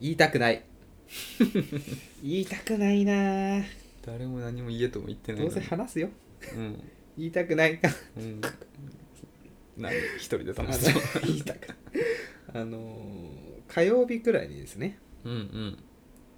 言いたくない 言いたくないなあ誰も何も言えとも言ってないどのうにせ話すようん言いたくないかうんなんで一人であの楽しそう言いたくないあのー火曜日くらいにですねうん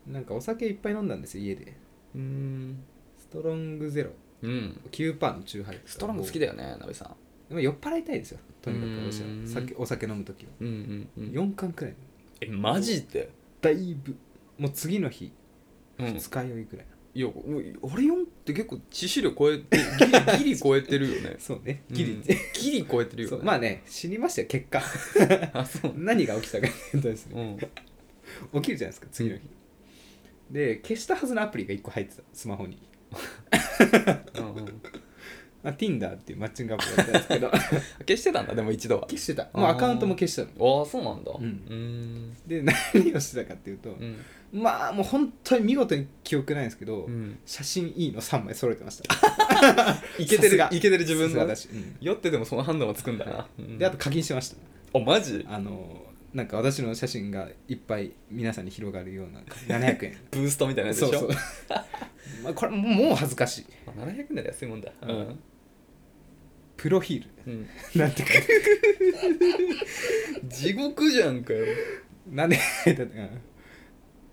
なんかお酒いっぱい飲んだんですよ家でうんうんストロングゼロうん9パーのチューハイストロング好きでだよね鍋さも酔っ払いたいですよとにかうーくん私は酒お酒飲む時はんうんうんうん4缶くらいえマジでだいぶもう次の日うん二日酔いくらい、いやもう俺4って結構致死量超えてギリギリ超えてるよねそうねうんギリって、ギリ超えてるよそねうまあね死にましたよ結 果あそう何が起きたかというとですねうん起きるじゃないですか次の日で消したはずのアプリが1個入ってたスマホに、うんうんまあ、Tinder っていうマッチングアプリだったんですけ ど消消してたんだでも一度はしてたもうアカウントも消してたのああそうなんだうんんで何をしてたかっていうと、うんまあもう本当に見事に記憶ないんですけど、うん写真いいの3枚揃えてましたいけてさするがいけてる 自分さすがのだしうん酔っててもその判断はつくんだなうんであと課金してましたあマジあのなんか私の写真がいっぱい皆さんに広がるような700円 ブーストみたいなやつでそうしょそう まあこれもう恥ずかしいまあ700円なら安いもんだううんんプロフ ィーうんルなんてか地獄じゃんかよなんで だってうん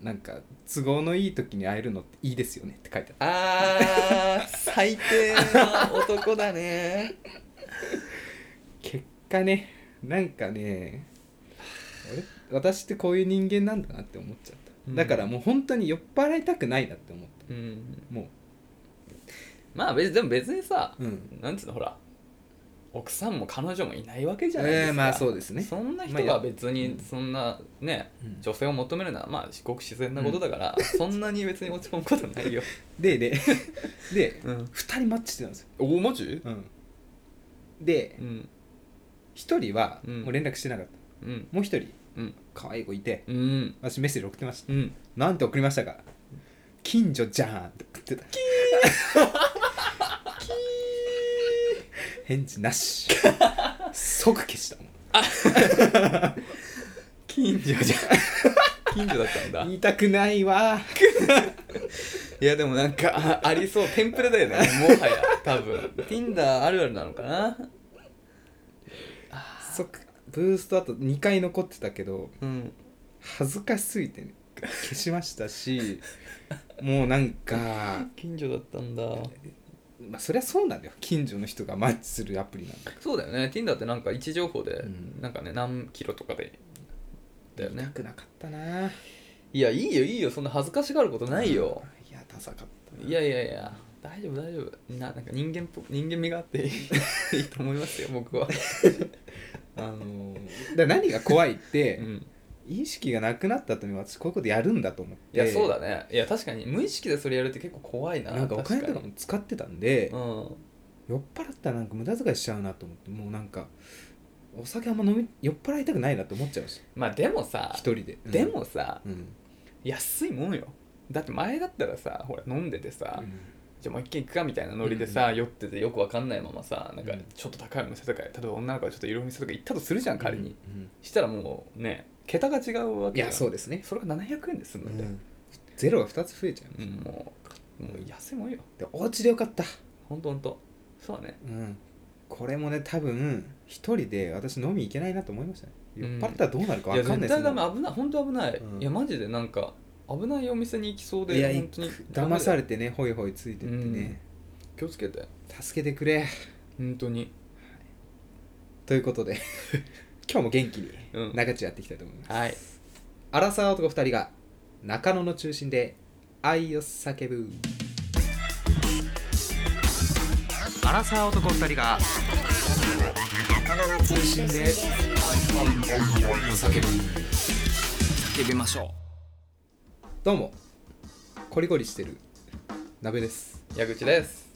なんか都合のいい時に会えるのっていいですよねって書いてあっあー最低な男だねた結果ねなんかね俺私ってこういう人間なんだなって思っちゃった、うんだからもう本当に酔っ払いたくないなって思っうんたもまあ別にでも別にさううんなんつうのほら奥さんも彼女もいないわけじゃないですえか、ー、まあそうですねそんまなあ人いやが別にそんなね、うん女性を求めるのはまあごく自然なことだから、そんなに別に落ち込むことないよ、でで で2人マッチしてたんですよ、おおマジうん、でうん1人はうんもう連絡してなかった、うんもう1人うん可愛い子いてうん私メッセージ送ってましたうんなんて送りましたか近所じゃーんって送ってたキー返事なし即消したもん近所 じゃん近所だったんだ言いたくないわいやでもなんかあありそうテンプレだよねもはや多分 Tinder あるあるなのかな即ブーストあと2回残ってたけどうん恥ずかしすぎて、消しましたしもうなんか、近所だったんだまあ、そりゃそうなんだよ近所の人がマッチするアプリなんだそうだよね Tinder ってなんか位置情報で、んなんかね何キロとかでだよ見たねくなかったないやいいよいいよそんな恥ずかしがることないよ、いやダサかったいやいやいや大丈夫大丈夫ななんか人間っぽ人間味があってい いいいと思いますよ僕は、あのーだから何が怖いっうて、ん、意識がなくなった後に私こういうことやるんだと思っていやそうだねいや確かに無意識でそれやるって結構怖いななんかお金とかも使ってたんで確か、にうん酔っ払ったらなんか無駄遣いしちゃうなと思ってもうなんかお酒あんま飲み酔っ払いたくないなって思っちゃうしまあでもさ一人で、うんで、もさうん安いもんよだって前だったらさほら飲んでてさ、うんじゃあもう一軒行くかみたいなノリでさ、酔っててよくわかんないままさなんかうんちょっと高いお店とか例えば女の子がちょっといるお店とか行ったとするじゃん仮に、、うんしたらもうね桁が違うわいけやそうでですねそれが700円ですんので、ゼロが2つ増えちゃいまうしんもうもう安いもんよたでお家でよかった、ほんとほんとそうだねうん、これもね多分一人で私飲み行けないなと思いましたねうん酔っ払ったらどうなるかいや分かんないで絶す対ダメ危ない本当危ない、うんいやマジでなんか危ないお店に行きそうでいや本当に騙されれてねホイホイついてってね、気をつけて助けてくれ本当にということで 今日も元気にうん中地やっていきたいと思います、はいアラサー男2人が中野の中心で愛を叫ぶアラサー男2人が中野の中心で叫びましょどうもコリコリしてる鍋ですう矢 口です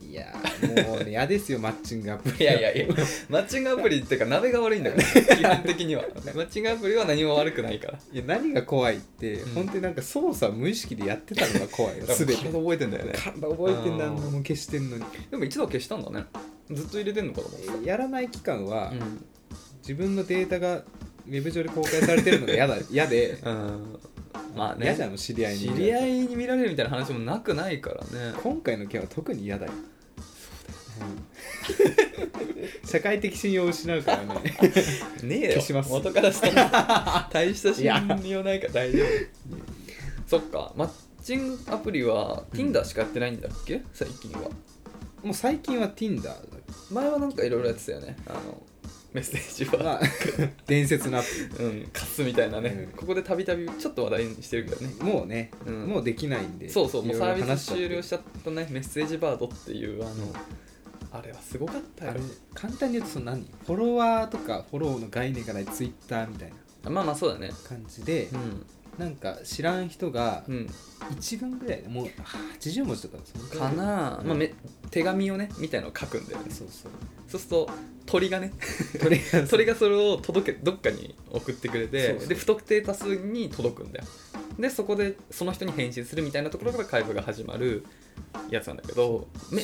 いやーもうね嫌ですよマッチングアプリいやいやいやマッチングアプリっていうか鍋が悪いんだ から基本的にはマッチングアプリは何も悪くないからいや何が怖いって、うん本当になんか操作無意識でやってたのが怖 いよだから全て体覚えてんだよね体覚えてんだうんもう消してんのにでも一度は消したんだねずっと入れてんのかと思ってやらない期間は、たうん 自分のデータがウェブ上で公開されてるのが嫌だ嫌でうんまあね嫌じゃん知り合いに知り合いいに見られるみたいな話もなくないからね今回の件は特に嫌だようん社会的信用を失うからね ねえよ消します元からしたら 大した信用ないから大丈夫そっかマッチングアプリはうん Tinder しかやってないんだっけ最近はもう最近は Tinder だ前はなんかいろいろやってたよねあのメッセージは、 まあ伝説のアプうん、カスみたいなね、うんここでたびたびちょっと話題にしてるけどねリもうね、うんもうできないんでそうそうもういサろーいろビ話しスちゃって終了しちゃったねメッセージバードっていうあの、うんあれはすごかったあよれ簡単に言うとその何フォロワーとかフォローの概念がないツイッターみたいなまあまあそうだね感じで、うん、なんか知らん人がうん、 1文ぐらいでもう80文字とかそのぐらかいな、まあ、め手紙をねみたいのを書くんだよねそうそうそうすると鳥がねとりあえず鳥がそれを届けどっかに送ってくれてそうそうで不特定多数に届くんだよでそこでその人に返信するみたいなところから会話が始まるやつなんだけどめ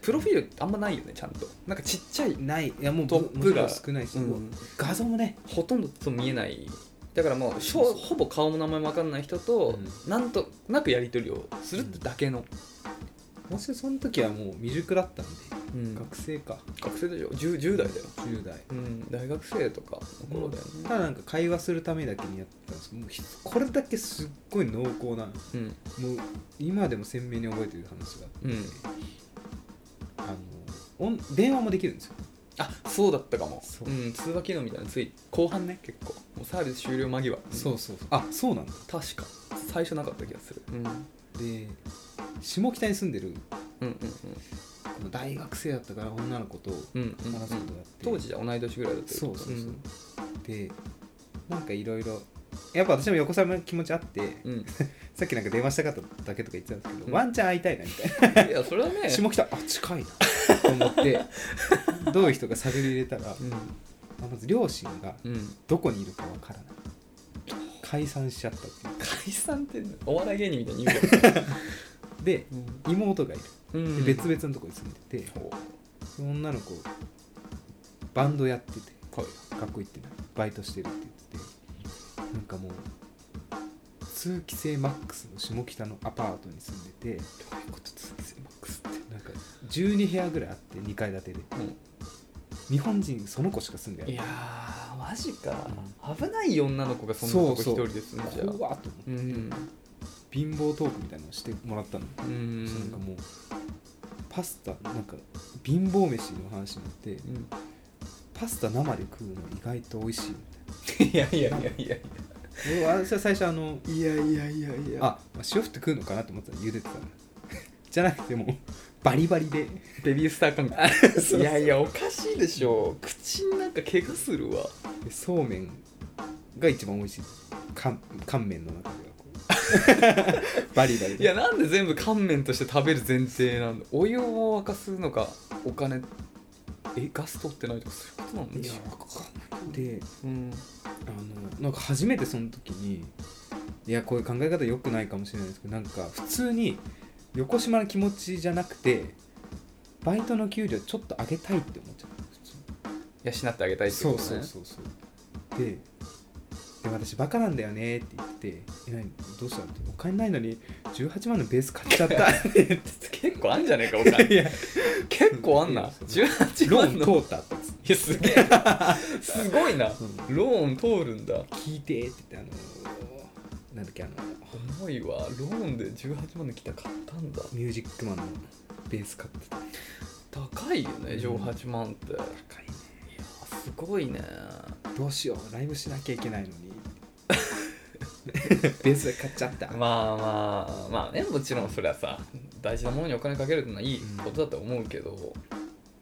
プロフィールあんまないよねちゃんとなんかちっちゃい、ないいやもうトップが文字少ないし、もう画像もねほとんどそう見えないだからもうしょうほぼ顔も名前も分かんない人と、うなんとなくやり取りをするってだけの、私その時はもう未熟だったんで、うん学生か学生でしょ 10, 10代だよ、 10代うん、大学生とかの頃だよたね、だなんか会話するためだけにやってたんですけどもうひこれだけすっごい濃厚なもうんう今でも鮮明に覚えてる話がうん、あのオン電話もできるんですよあそうだったかもそうう、ん、通話機能みたいなのつい後半ね結構もうサービス終了間際そうそうそうあそうなんだ確か最初なかった気がするうんうんで下北に住んでるうんこの大学生だったから女の子とうんうんうんう話すことんがあって、当時じゃ同い年ぐらいだったけそどうそうそう、でなんかいろいろやっぱ私も横澤の気持ちあって、うん、うん、さっきなんか電話したかっただけとか言ってたんですけど、うんワンチャン会いたいなみたいな、いやそれは ね、下北あ近いなと思ってどういう人か探り入れたら、まうあまず両親がんうん、どこにいるかわからない解散しちゃったってい解散ってお笑い芸人みたいに言ううで妹がいるけど、うでん別々のとこに住んでて、ほその女の子バンドやっててうはい学校行ってないバイトしてるって言っててなんかもう通気性マックスの下北のアパートに住んでてどういうことですかマックスってなんか12部屋ぐらいあって2階建てで日本人その子しか住んでないやーマジか危ない女の子がそんなとこ一人ですねじゃあ怖っと思って、うん貧乏トークみたいなのをしてもらったの、うんなんかもうパスタなんか貧乏飯の話になってうんパスタ生で食うの意外と美味しいみいやいやいやいやたいな俺私は最初あのいやいやいやいあ、まあ、塩振って食うのかなと思ってたら茹でてたのじゃなくてもうバリバリでベビースター感覚いやいやおかしいでしょ口になんか怪我するわでそうめんが一番美味しい乾乾麺の中ではこうバリバリいでやなんで全部乾麺として食べる前提なんだお湯を沸かすのかお金えガス取ってないとかそういうことなんでしょわかんないでうんあのなんか初めてその時にいやこういう考え方良くないかもしれないですけどなんか普通に横島の気持ちじゃなくてバイトの給料ちょっと上げたいって思っちゃった普通に養ってあげたいってことそうねそうそうそうでで私バカなんだよねって言って「え何どうしたの?」って「お金ないのに18万のベース買っちゃった」って言っ結構あんじゃねえか お金ていや結構あんなそう18ロ万のーン通ったって言っていやすげえすごいなうローン通るんだ聞いてって言ってあのなんだっけあの重いわローンで18万のギター買ったんだミュージックマンのベース買ってた高いよねうん18万って、いや高いねすごいねどうしようライブしなきゃいけないの にベース買っちゃった、まあまあまあねもちろんそれはさ大事なものにお金かけるってのはいいことだと思うけど、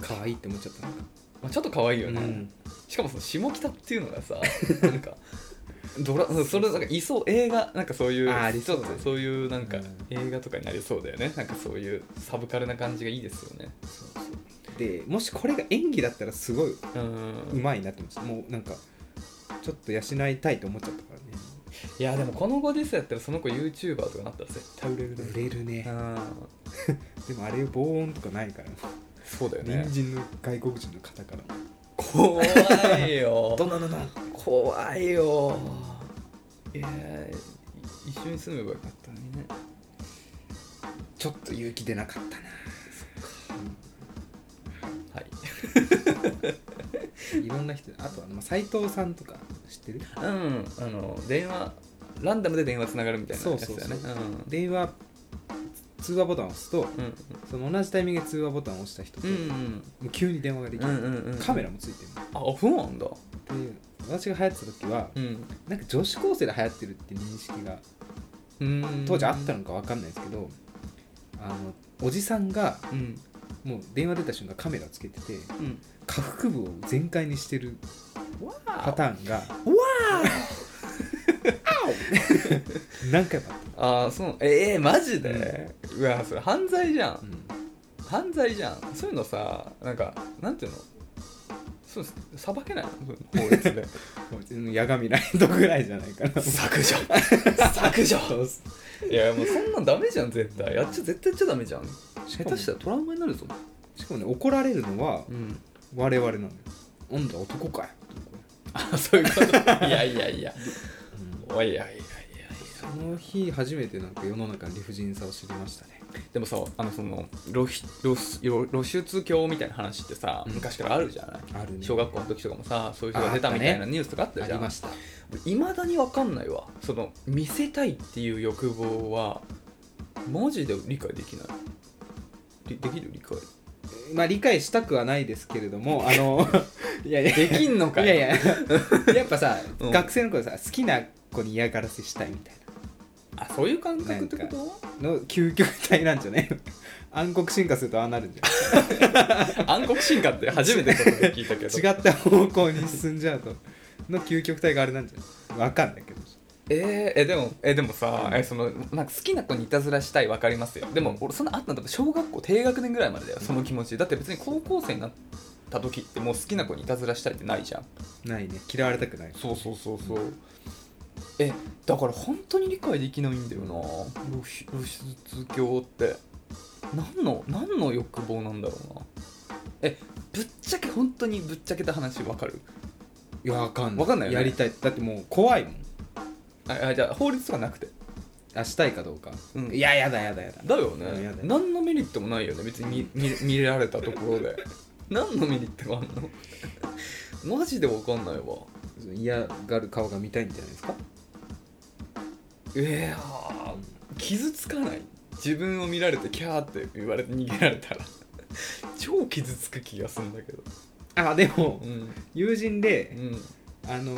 可愛いって思っちゃったなんか、まあ、ちょっと可愛いようね、ん、しかもその下北っていうのがさ なんかドラそれなんかいそう映画なんかそういうあーありちそょっうだねとそういうなんかうん映画とかになりそうだよねなんかそういうサブカルな感じがいいですよねそうそうでもしこれが演技だったらすごいううんまいなって思っちゃったもうなんかちょっと養いたいと思っちゃったからねいやでもこのご時世やったらその子 YouTuber とかなったら絶対売れるね売れるうねんでもあれ防音とかないから、そうだよね隣人の外国人の方から怖いよなのな怖いよいや一緒に住めばよかったのにねちょっと勇気出なかったなはいいろんな人あとはまあ斎藤さんとか知ってるうんあの電話ランダムで電話つながるみたいなやつだよねそうそう電話通話ボタンを押すとうんその同じタイミングで通話ボタンを押した人と、うんもう急に電話ができうんる、うんうんうんカメラもついてるっあそうなんだていう私が流行ってた時はうんなんか女子高生で流行ってるって認識がうん当時あったのかわかんないですけど、あのおじさんがうんもう電話出た瞬間カメラをつけててうん下腹部を全開にしてるわパあターンがわー 何回もあっあーそうええマジで、うわそれ犯罪じゃた、ん犯罪じゃんそういうのさなんかなんていうのそう裁けないの法律でうん、もう矢神ライトぐらいじゃないかな 削除削除いやもうそんなんダメじゃん絶対やっちゃ絶対やっちゃダメじゃん下手したらトラウマになるぞしかもね怒られるのはうん我々なんだよなんだ男かよ、あ そういうこといやいや いやおいいやいやいやいやその日初めてなんか世の中の理不尽さを知りましたねでもさあのその露出露出露出狂みたいな話ってさうん昔からあるじゃない、あるね小学校の時とかもさそういう人がああ出ったたねみたいなニュースとかあったあじゃりんましたいまだに分かんないわその見せたいっていう欲望はマジで理解できないりできる理解まあ理解したくはないですけれどもあのいやいやできんのかいよやいや やっぱさ、うん学生の頃さ好きな子に嫌がらせしたいみたいあそういう感覚ってことなの究極体なんじゃない 暗黒進化するとああなるんじゃな暗黒進化って初めてここで聞いたけどい 違った方向に進んじゃうとの究極体があれなんじゃないわかんないけどえー、えでもえでもさ、えそのなんか好きな子にいたずらしたい分かりますよでも俺そんなあったの多分小学校低学年ぐらいまでだよその気持ちだって別に高校生になった時ってもう好きな子にいたずらしたいってないじゃんないね嫌われたくないそうそうそうそう、えだから本当に理解できないんだよな露出露出狂って何の何の欲望なんだろうなえぶっちゃけ本当にぶっちゃけた話分かるいやわかんないわかんないよねやりたいだってもう怖いもんああじゃあ法律とかなくてあしたいかどうか、うんいややだやだやだだようんやねだよ何のメリットもないよね別に見見見られたとこ ろで何のメリットがあんの マジで分かんないわ嫌がる顔が見たいんじゃないですかえー、傷つかない自分を見られてキャーって言われて逃げられたら 超傷つく気がするんだけどあでもうん友人うで、んあの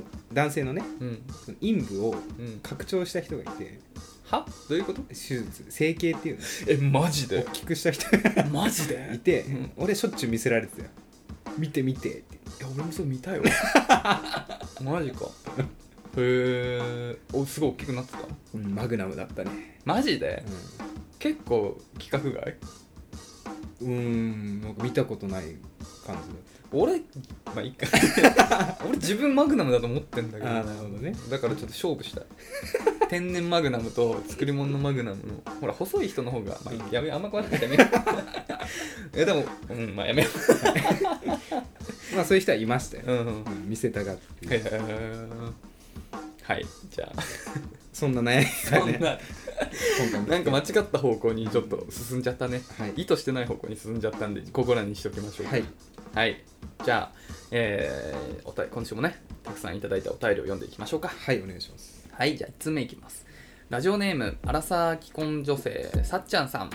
ー男性のねうんその陰部をうん拡張した人がいてはどういうこと手術整形っていうのえマジ大できくした人がマジ いでて、うん俺しょっちゅう見せられてたよ見て見てっていや俺もそれ見 たいわマジかへえおすごい大きくなってたうんマグナムだったねマジで結構規格外うんうーんなんか見たことない感じだっ俺まあいい か俺自分マグナムだと思ってんだけどあーなるほどねだからちょっと勝負したい 天然マグナムと作り物のマグナムのほら細い人の方が、まあいい、やめようあんま怖くないからや めようえでもうんまあやめよたまあそういう人はいましたよう、、うんうん、うん見せたがってへーはいじゃあそんな悩みそがんねな今回もなんか間違った方向にちょっと進んじゃったねはい意図してない方向に進んじゃったんでここらにしておきましょうはいはいじゃあ、えーおた今週もねたくさんいただいたお便りを読んでいきましょうかはいお願いしますはいじゃあ1つ目いきますラジオネームアラサー既婚女性さっちゃんさん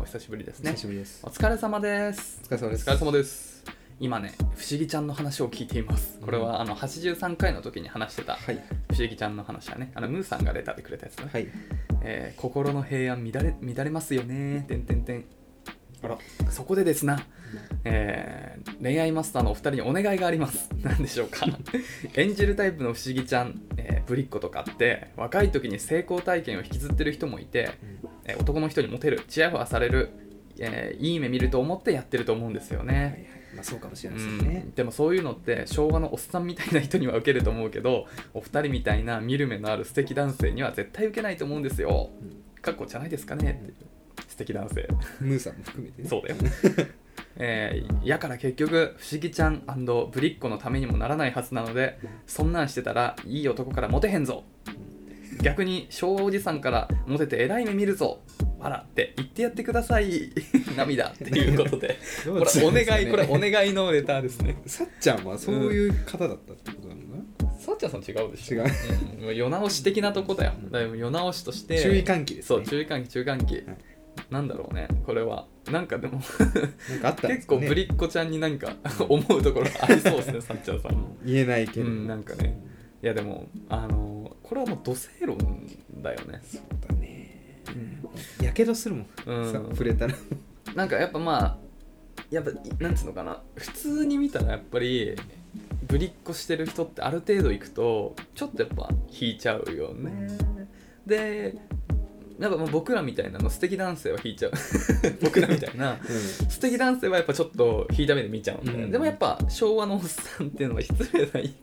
お久しぶりですね久しぶりですお疲れ様ですお疲れ様おです疲れ様です今ね不思議ちゃんの話を聞いていますこれうはあの83回の時に話してたはい不思議ちゃんの話はねあのムーさんがレターでくれたやつね、はいえー心の平安乱れ乱れますよねてんてんてんあらそこでですな、えー恋愛マスターのお二人にお願いがあります。 何でしょうか演じるタイプの不思議ちゃん、えーぶりっ子とかって若い時に成功体験を引きずってる人もいて、えー男の人にモテるチヤホヤされる、えーいい目見ると思ってやってると思うんですよね。まあそうかもしれうないですよねん、でもそういうのって昭和のおっさんみたいな人には受けると思うけどお二人みたいな見る目のある素敵男性には絶対受けないと思うんですよ。かっこじゃないですかねっていう素敵男性。ムーさんも含めてねそうだよ。 えーやから結局不思議ちゃんぶりっ子のためにもならないはずなのでそんなんしてたらいい男からモテへんぞ逆に昭和おじさんからモテて偉い目見るぞ笑って言ってやってください 涙っていうこ とでどうこれ違おうんですか願いねこれお願いのレターですねさっちゃんはそういう方だったってことなのかな、さっちゃんさん違うでしょ違う、うんもう世直し的なとこだよだいぶ世直しとして注意喚起です、そね、う注意喚起注意喚起、いなんだろうねこれはなんかでもなんかあったんで結すか構ねぶりっ子ちゃんになんか 思うところありそ うですねさっちゃんさんも言えないけど、うんなんかねいやでもあのこれはもう土星論だよねそうだねやけどするもん、うんさ触れたらなんかやっぱまあやっぱなんつうのかな普通に見たらやっぱりぶりっ子してる人ってある程度いくとちょっとやっぱ引いちゃうよねでやっぱまあ僕らみたいなの素敵男性は引いちゃう 僕らみたいな素敵男性はやっぱちょっと引いた目で見ちゃうんだよねうんでもやっぱ昭和のおっさんっていうのは失礼な言い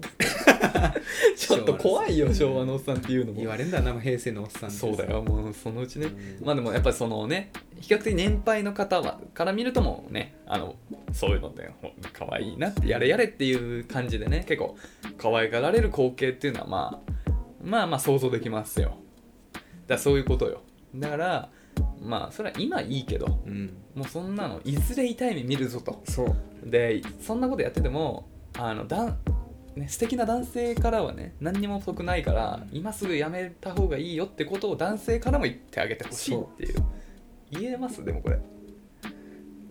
方 ちょっと怖いよ昭昭和和ののおっさんっていうのも言われんだな平成のおっさんってそうだよもうそのうちうねんまあでもやっぱりそのね比較的年配の方はから見るともうねあのそういうのでほ可愛いなってやれやれっていう感じでね結構可愛がられる光景っていうのはまあまあまあ想像できますよだからそういうことよだからまあそれは今いいけどうんもうそんなのいずれ痛い目見るぞとそうでそんなことやっててもあのだん、ね、素敵な男性からはね何にも得ないから今すぐやめた方がいいよってことを男性からも言ってあげてほしいっていう言えますでもこれっ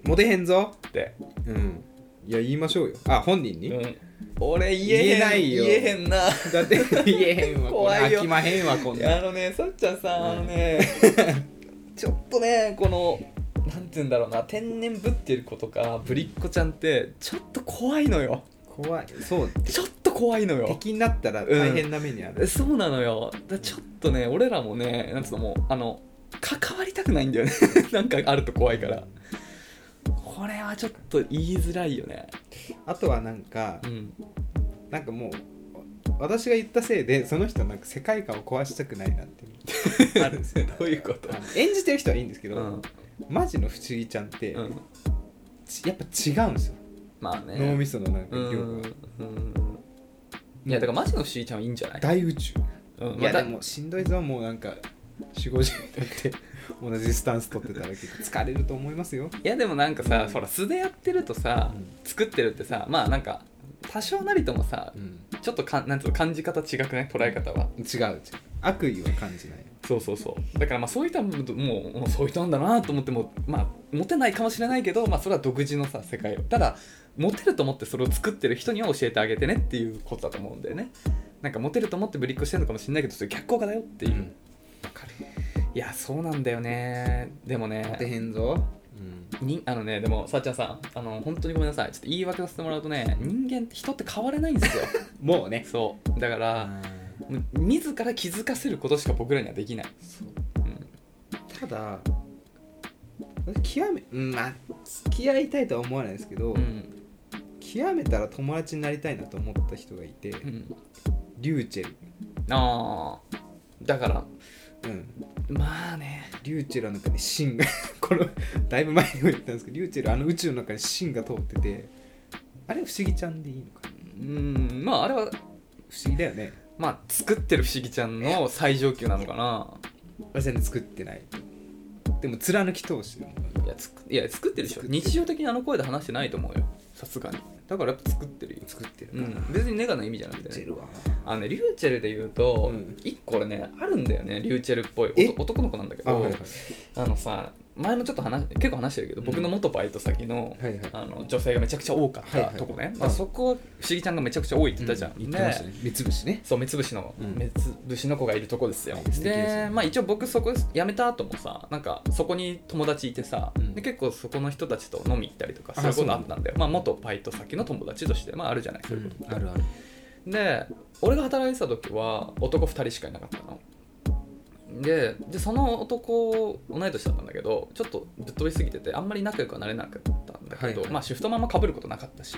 モテへんぞて、うんいや言いましょうよあ本人に、うん俺言えへん言えないよ言えへんなだって言えへ んわ怖いこれ飽よきまへんわこんいなやあのねさっちゃんさんうんあのねちょっとねこのなんて言うんだろうな天然ぶってる子とかぶりっ子ちゃんってちょっと怖いのよ怖いそうちょっと怖いのよ敵になったら大変な目にある、そうなのよだからちょっとね俺らもねなんつうのもうあの関わりたくないんだよね なんかあると怖いからこれはちょっと言いづらいよねあとはなんかうんなんかもう私が言ったせいでその人はなんか世界観を壊したくないなっていう のあるんですよどういうことあの演じてる人はいいんですけうど、ん、マジの不思議ちゃんって、うん、ちやっぱ違うんですよ、まあね脳みそのなんかう量んが、うんいやだからマジの不思議ちゃんはいいんじゃない、大宇宙、うんいやまであもしんどいぞもうなんか4 5 0だって同じスタンス取ってたら結構疲れると思いますよ、いやでもなんかさ、うんほら素でやってるとさ、うん作ってるってさまあなんか多少なりともさうんちょっとかんなんつうの感じ方違くない捉え方は違う違う悪意は感じないそうそうそうだからまあそういったもうもうそういったんだなと思ってもまあモテないかもしれないけど、まあ、それは独自のさ世界をただモテると思ってそれを作ってる人には教えてあげてねっていうことだと思うんだよねなんかモテると思ってブリックしてるのかもしれないけどそれ逆効果だよっていう、うんかるいやそうなんだよねでも当てねへんぞ、うんにあのねでもさっちゃんさんあの本当にごめんなさいちょっと言い訳させてもらうとね人間って人って変われないんですよもうねそうだからもう自ら気づかせることしか僕らにはできない、そううん、ただ極めうんまあ付き合いたいとは思わないですけど、うん極めたら友達になりたいなと思った人がいて、うんリューチェル、ああだからうん、まあねリューチェルはなんかね芯が このだいぶ前にも言ったんですけどリューチェルはあの宇宙の中に芯が通っててあれ不思議ちゃんでいいのかなうんまああれは不思議だよねまあ作ってる不思議ちゃんの最上級なのかな私はね作ってないでも貫き通してるもんいやつくいや作ってるでしょ作ってる日常的にあの声で話してないと思うよさすがにだからやっぱ作ってるよ、作ってるかうら、リん、別にネガの意味じゃなュくーてチェねルはあのねリューチェルで言うと、うん一個俺ねあるんだよねリューチェルっぽいえおと男の子なんだけどあ,、はいはいのさ前もちょっと話結構話してるけど、僕の元バイト先のはいはいあの女性がめちゃくちゃ多かっはいたはいとこね、うんだからそこは不思議ちゃんがめちゃくちゃ多いって言ったじゃん、言ってましたね三つ星ねそう目つぶしの、うん目つぶしの子がいるとこですよ、はいで素敵ですねまあ一応僕そこ辞めた後もさなんかそこに友達いてさ、うんで結構そこの人たちと飲み行ったりとかあそういうこそうとあなんっだたんだよまあ元バイト先の友達としてまああるじゃないそういうこと、あるあるで俺が働いてた時は男2人しかいなかったのででその男同い年だったんだけどちょっとぶっ飛びすぎててあんまり仲良くはなれなかったんだけど、はいはいまあシフトもあんまかぶることなかったし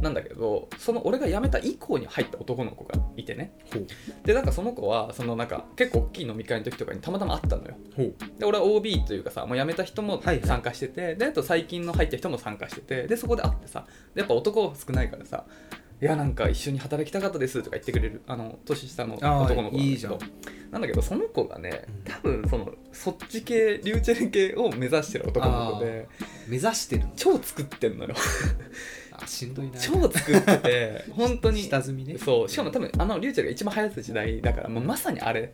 なんだけどその俺が辞めた以降に入った男の子がいてねほうでなんかその子はそのなんか結構大きい飲み会の時とかにたまたま会ったのよほうで俺は OB というかさもう辞めた人もはいはい参加してて、であと最近の入った人も参加しててでそこで会ってさでやっぱ男少ないからさいやなんか一緒に働きたかったですとか言ってくれるあの年下のあー男の子なんだけどいいじゃんなんだけどその子がねうん多分そのそっち系リューチェル系を目指してる男の子で目指してるの超作ってんのよあ しんどいな超作ってて本当に下積みねそうしかも多分あのリューチェルが一番流行ってた時代だからもうまさにあれ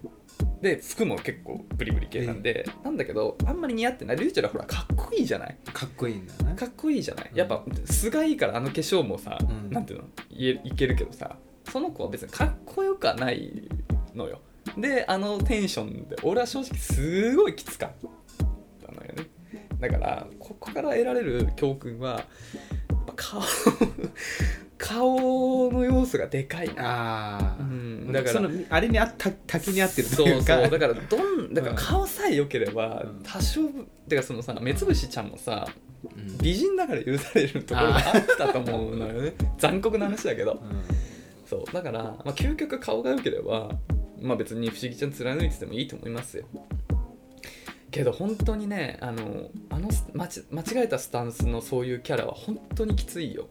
で服も結構ブリブリ系なんで、なんだけどあんまり似合ってないリューチェルはほらかっこいいじゃないかっこいいんだよなかっこいいじゃないやっぱ素がいいからあの化粧もさ、うんなんていうの言えいけるけどさその子は別にかっこよくはないのよであのテンションで俺は正直すごいきつかったのよねだからここから得られる教訓はやっぱ顔顔の要素がでかいなああ、うんだだかかららそのあれにあった滝に合ってるとそいううかそうだからどんだからうん顔さえ良ければうん多少、てかそのさ目つぶしちゃんもさうん美人だから許されるところがあったと思うのよね残酷な話だけどそうだから、まあ、究極顔が良ければ、まあ、別に不思議ちゃん貫いててもいいと思いますよけど本当にねあのあのス間ち間違えたスタンスのそういうキャラは本当にきついよ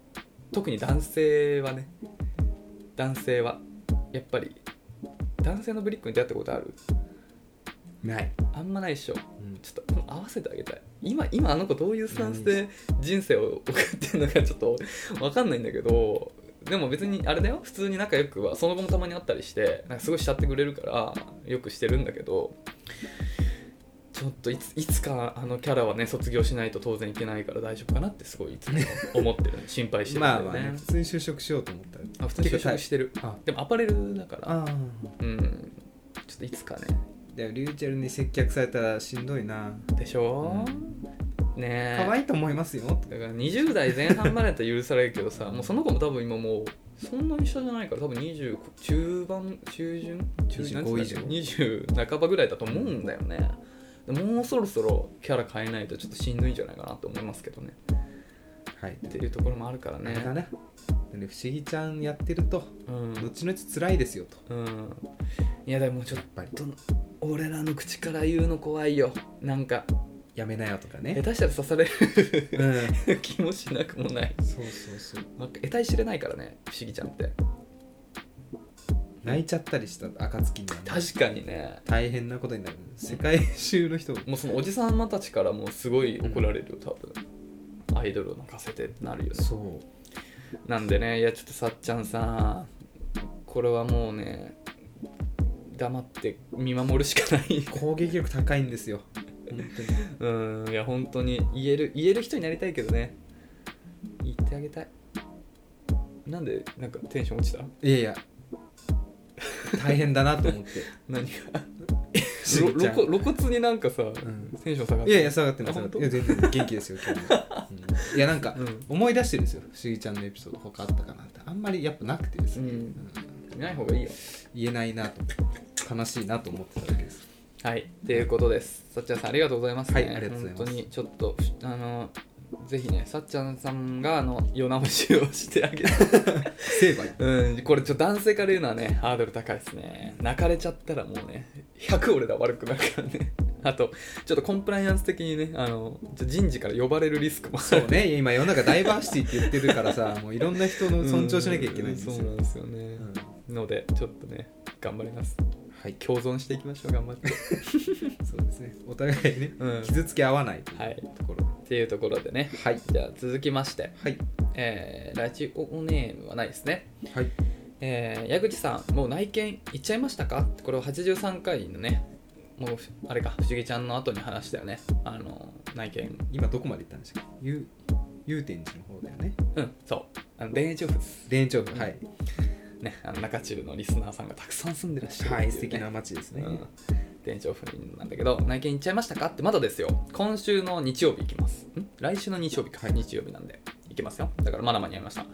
特に男性はね男性はやっぱり男性のブリックに出会ったことあるうんない、あんまないっしょうんちょっと合わせてあげたい今今あの子どういうスタンスで人生を送ってるのかちょっと分かんないんだけどでも別にあれだよ普通に仲良くはその後もたまに会ったりしてなんかすごい慕ってくれるからよくしてるんだけどちょっといついつかあのキャラはね卒業しないと当然いけないから大丈夫かなってすごいいつも思ってる心配してるんだまあよね,、まあね普通に就職しようと思ったらあ普通に就職してるあでもアパレルだからあうんちょっといつかねでもリューチェルに接客されたらしんどいなでしょ、ねえ可愛いと思いますよだから20代前半までだったら許されるけどさもうその子も多分今もうそんなに下じゃないから多分20中盤中旬中25なんて言うんだっけ20半ばぐらいだと思うんだよねもうそろそろキャラ変えないとちょっとしんどいんじゃないかなと思いますけどねはいっていうところもあるからあれだねね不思議ちゃんやってるとうん、後々辛いですよとうん、いやでもちょっやっぱりと俺らの口から言うの怖いよなんかやめなよとか下ね手したら刺されう る ん気もしなくもないそうそうそうなんか得体知れないからね不思議ちゃんって泣いちゃったりした暁にはね確かにね大変なことになる世界中の人がもうそのおじさまたちからもうすごい怒られるよ多分アイドルを泣かせてってなるよねそうなんでねいやちょっとさっちゃんさこれはもうね黙って見守るしかない攻撃力高いんですよ本当に うんいや本当に言える言える人になりたいけどね言ってあげたいなんでなんかテンション落ちたいやいや大変だなと思 って何が しんちゃんろ露骨露骨になんかさ、んテンション下がっていやいや下がってないあ下がってない本いや全然元気ですよ今日も、うんいやなんか、うん思い出してるんですよ不思議ちゃんのエピソード他あったかなってあんまりやっぱなくてですうね、んうん見ない方がいいよ言えないなと思って悲しいなと思ってたわけですはい、っていうことです。さっちゃんさん、ありがとうございます、ね。はいありがとうございます本当に、ちょっと、あの、ぜひね、さっちゃんさんが、あの、世直しをしてあ げる。成敗うん、これ、ちょっと男性から言うのはね、ハードル高いですね。泣かれちゃったらもうね、100俺ら悪くなるからね。あと、ちょっとコンプライアンス的にね、あの、ちょ人事から呼ばれるリスクもあそるうね今世の中ダイバーシティって言ってるから さもういろんな人の尊重しなきゃいけないんですよ、うそうなんですよね。うんので、ちょっとね、頑張ります。はい共存していきましょう、頑張って。そうですねお互いね、うん傷つけ合わないとはいいうところでっていうところでね。はいじゃあ、続きまして。はいえーラジオネームはないですね。はいえー矢口さん、もう内見行っちゃいましたかこれは83回のね、もう、あれか、不思議ちゃんの後に話したよね。あの、内見。今どこまで行ったんでしたっけゆ祐天寺の方だよねうん、そう。あの田園調布です。田園調布はい、ね、あの中中のリスナーさんがたくさん住んでらっしゃるってうはねい素敵な街ですうね、ん。田園調布なんだけど、内見行っちゃいましたかってまだですよ。今週の日曜日行きます。ん来週の日曜日か。日曜日なんで、行きますよ。だからまだ間に合いました。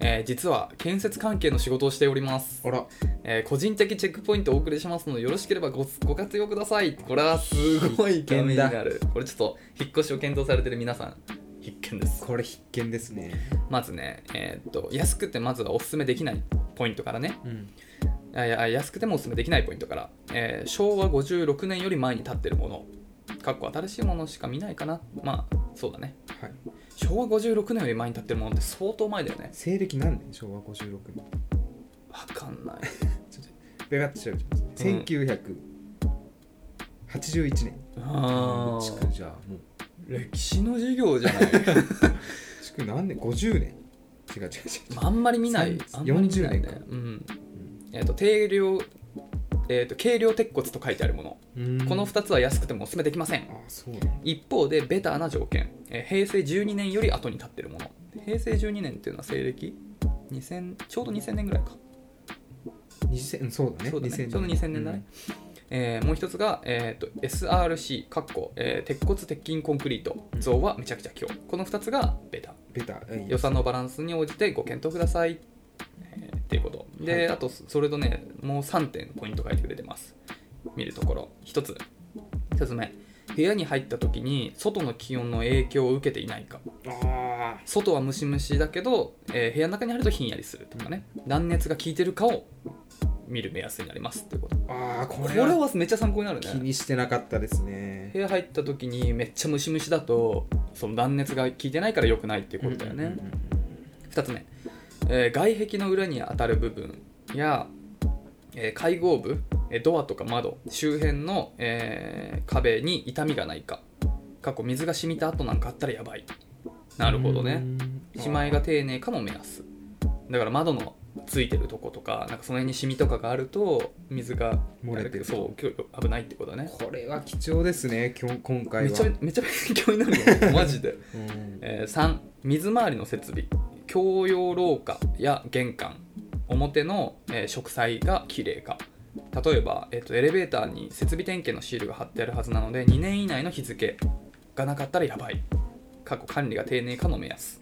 えー実は建設関係の仕事をしております。あらえー個人的チェックポイントをお送りしますのでよろしければごご活用くださいこれはすごいためになるこれちょっと引っ越しを検討されてる皆さん必見ですこれ必見ですねまずねえーっと安くてまずはおすすめできないポイントからねうんあいや安くてもおすすめできないポイントから、えー昭和56年より前に建ってるものかっこ新しいものしか見ないかなまあそうだねはい、昭和56年より前に立ってるものって相当前だよね西暦何年昭和56年わかんないベガッと調べてみます、うん1981年あ築ーじゃあもう歴史の授業じゃない 築何年50年違う違う違う違うあんまり見ないさんあんまり見ない40年かねうんえっ、と定量えっ、と軽量鉄骨と書いてあるもの、うんこの2つは安くてもおすすめできませんあそうだね一方でベターな条件、えー平成12年より後に立ってるもの平成12年っていうのは西暦2000ちょうど2000年ぐらいか2000そうだねそうだね2000ちょうど2000年だね、えーもう一つが、えー、と SRC かっこ、えー鉄骨鉄筋コンクリート像はめちゃくちゃ強この2つがベタうんベタうん予算のバランスに応じてご検討ください、えーっていうことで、はいあとそれとねもう3点ポイント書いてくれてます見るところ1つ1つ目部屋に入った時に外の気温の影響を受けていないかあ外はムシムシだけど、えー部屋の中に入るとひんやりするとかね断熱が効いてるかを見る目安になりますっていうことーあーここれれははめっちゃ参考になる気ねにしてなかったですね部屋入った時にめっちゃムシムシだとその断熱が効いてないから良くないっていうことだよね、うんうんうん2つ目、えー外壁の裏に当たる部分や、えー開合部えードアとか窓周辺の、えー壁に痛みがないか過去水が染みた後なんかあったらやばいなるほどねうんしまいが丁寧かも目安だから窓のついてるとことかなんかその辺にシミとかがあると水が漏れてるそうきょ危ないってことだねこれは貴重ですねきょ今回はめちゃめちゃ勉強になる よマジでうんえー3水回りの設備共用廊下や玄関表の、えー植栽が綺麗か例えば、えー、とエレベーターに設備点検のシールが貼ってあるはずなので2年以内の日付がなかったらやばい過去管理が丁寧かの目安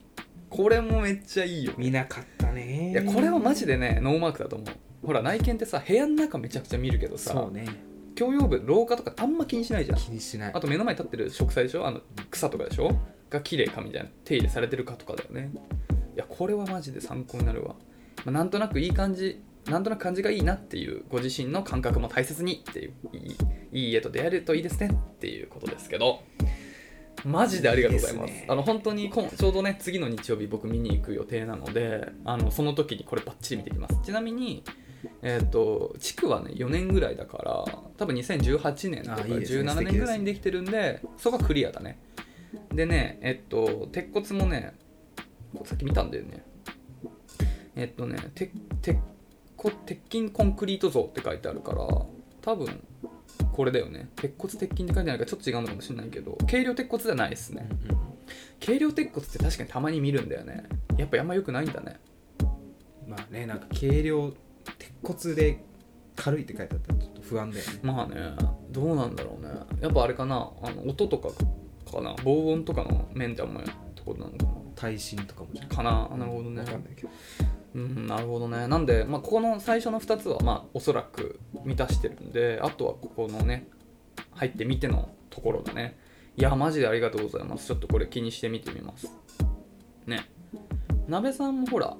これもめっちゃいいよ見なかったねいやこれはマジでねノーマークだと思うほら内見ってさ部屋の中めちゃくちゃ見るけどそさうね共用部廊下とかあんま気にしないじゃん気にしないあと目の前に立ってる植栽でしょあの草とかでしょが綺麗かみたいな手入れされてるかとかだよねいやこれはマジで参考になるわ、まあなんとなくいい感じなんとなく感じがいいなっていうご自身の感覚も大切にっていういいいい家と出会えるといいですねっていうことですけどマジでありがとうございまいすいですねあの本当にこんちょうどね次の日曜日僕見に行く予定なのであのその時にこれバッチリ見てきますちなみにえっ、と地区はね4年ぐらいだから多分2018年とかあいいですね17年ぐらいにできてるんでそこはクリアだねでねえっと鉄骨もねさっき見たんだよねえっとね鉄鉄骨鉄筋コンクリート像って書いてあるから多分これだよね鉄骨鉄筋って書いてあるからちょっと違うのかもしれないけど軽量鉄骨じゃないですねうんうん軽量鉄骨って確かにたまに見るんだよねやっぱあんま良くないんだねまあねなんか軽量鉄骨で軽いって書いてあったらちょっと不安だよねまあねどうなんだろうねやっぱあれかなあの音とかかな防音とかの面ってあんまりところなのか耐震とかもじゃなかななるほど分ねかんないけどうんなるほどねなんで、まあ、ここの最初の2つは、まあ、おそらく満たしてるんであとはここのね入ってみてのところだねいやマジでありがとうございますちょっとこれ気にして見てみますね鍋さんもほら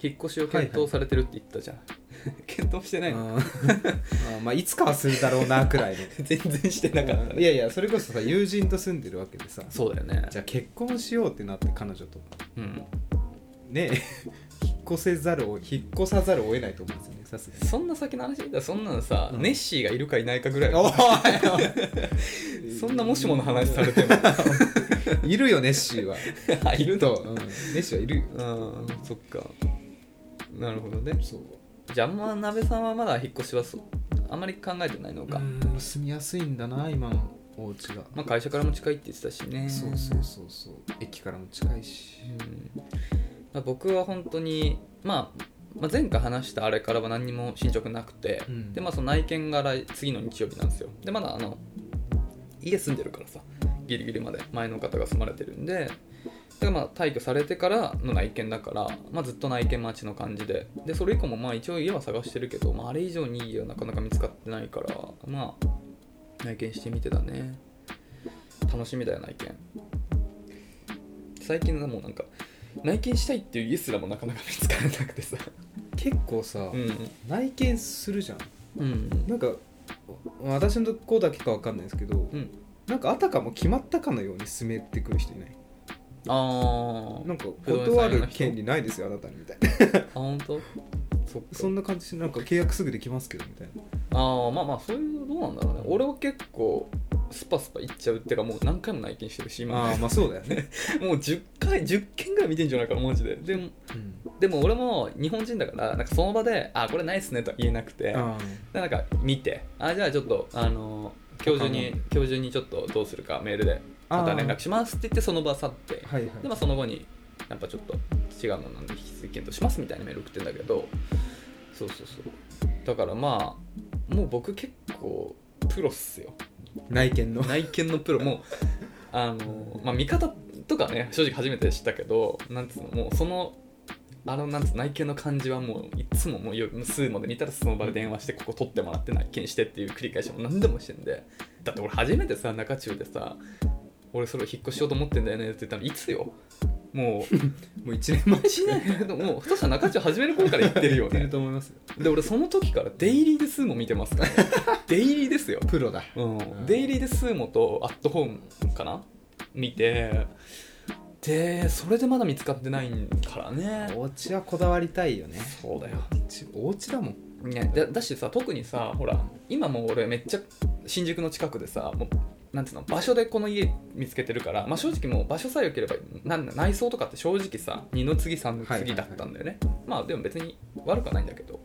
引っ越しを検討されてるって言ったじゃん、 検討してないのあーあーまあいつかはするだろうなくらい の全然してなかったいねやいやそれこそさ友人と住んでるわけでさそうだよねじゃあ結婚しようってなって彼女とうんね 引っ越せざるを引っ越さざるを得ないと思うんですよねさすがにそんな先の話だよそんなのさ、うんネッシーがいるかいないかぐらいおのいそんなもしもの話さ れてもいるよネッシーは あいると、うんネッシーはいるようんそっかなるほどねそうじゃああんま鍋さんはまだ引っ越しはそあんまり考えてないのか、うん住みやすいんだな今のお家がまあ、会社からも近いって言ってたしねそうそうそうそう駅からも近いしうんまあ僕は本当に、まあ、まあ前回話したあれからは何にも進捗なくて、うんでまあその内見が来次の日曜日なんですよでまだあの家住んでるからさギリギリまで前の方が住まれてるんででまあ退去されてからの内見だから、まあ、ずっと内見待ちの感じででそれ以降もまあ一応家は探してるけど、まあ、あれ以上にいい家はなかなか見つかってないからまあ内見してみてだね楽しみだよ内見最近はもうなんか内見したいっていう家すらもなかなか見つからなくてさ結構さ、うん内見するじゃんうんなんか私のとこだけかわかんないですけど、うんなんかあたかも決まったかのように進めてくる人いないあーなんか断る権利ないですよあなたにみたいなあ本当そっかそんな感じでなんか契約すぐできますけどみたいなああまあまあそういうのどうなんだろうね俺は結構スパスパいっちゃうっていうかもう何回も内見してるし今ああーまあそうだよね、もう10回10件ぐらい見てんじゃないかなマジででもうん、でも俺も日本人だからなんかその場で「あこれないっすね」とは言えなくてあでなんか見て「あじゃあちょっとあの今日中に今日中にちょっとどうするかメールでまた連絡します」って言ってその場去ってーはいはいでまあその後にやっぱちょっと違うのなんで引き続き検討しますみたいなメール送ってんだけどそうそうそうだからまあもう僕結構プロっすよ内見の 内見のプロもうあのまあ見方とかね正直初めて知ったけどなんつうのもうそのあのなんつうの内見の感じはもういつももうよ無数まで見たらその場で電話してここ取ってもらって内見してっていう繰り返しも何でもしてんでだって俺初めてさ中中でさ俺それ引っ越しようと思ってんだよねって言ったのいつよもうもう1年前1年でもうふとしたら中中始める頃から言ってるよやってるねと思いますよで俺その時からデイリーで数も見てますから、ね、デイリーですよプロだうん、デイリーでスーモとアットホームかな見てでそれでまだ見つかってないからねお家はこだわりたいよねそうだよ、お家だもんね、だだしさ特にさほら今もう俺めっちゃ新宿の近くでさもうなんていうの場所でこの家見つけてるから、まあ、正直もう場所さえ良ければなん内装とかって正直さ二の次三の次だったんだよね、まあでも別に悪くはないんだけど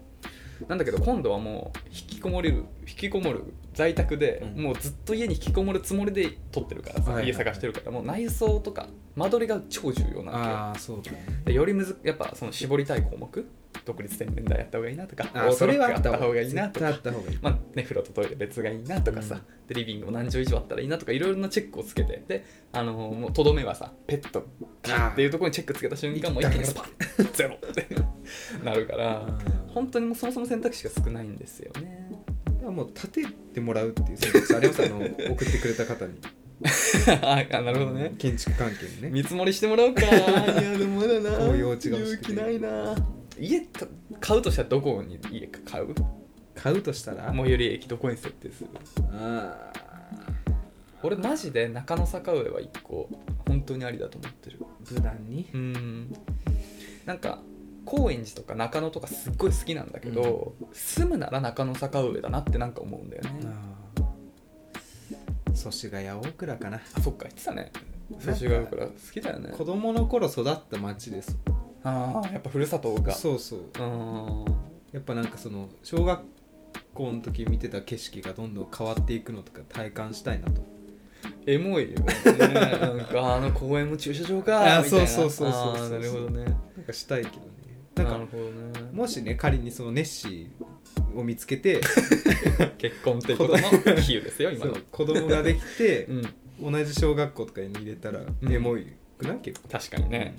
なんだけど今度はもう引きこもれる引きこもる在宅で、うんもうずっと家に引きこもるつもりで撮ってるからさ、はいはいはい家探してるからもう内装とか間取りが超重要なんだよああそうだねでよりむずやっぱその絞りたい項目独立洗面台やった方がいいなとかあーオーそトロれッはあクあっったた方方ががいいいいななととかあった方がいいまあね、風呂とトイレ別がいいなとかさ、でリビングも何畳以上あったらいいなとかいろいろなチェックをつけてであのーもうとどめはさペットあっていうところにチェックつけた瞬間もう一気にスパン ゼロ ってなるから本当にもうそもそも選択肢が少ないんですよね 当はもう立ててもらうっていう選択肢あれをさあの送ってくれた方 にあなるほどね建築関係にね見積もりしてもらおうか いやでもまだ なこういうお家が欲しく勇て気ないな家た買うとしたらどこに家か買う買うとしたら最寄り駅どこに設定するあ俺マジで中野坂上は一個本当にありだと思ってるー無難にうーんなんか高円寺とか中野とかすっごい好きなんだけど、住むなら中野坂上だなってなんか思うんだよね、祖師ヶ谷大倉かなあそっか言ってたね最終がよから好きだよね子供の頃育った町ですああやっぱふるさとがそうそううーんやっぱなんかその小学校の時見てた景色がどんどん変わっていくのとか体感したいなとエモいよ ねなんかあの公園も駐車場かあーみたいなそうそうそうそうあーなるほどねなんかしたいけどねななんるかほどねもしね仮にそのネッシーを見つけて結婚ってことの比喩ですよ 今そのう子供ができてうん同じ小学校とかに入れたらんエモいくない結構確かにね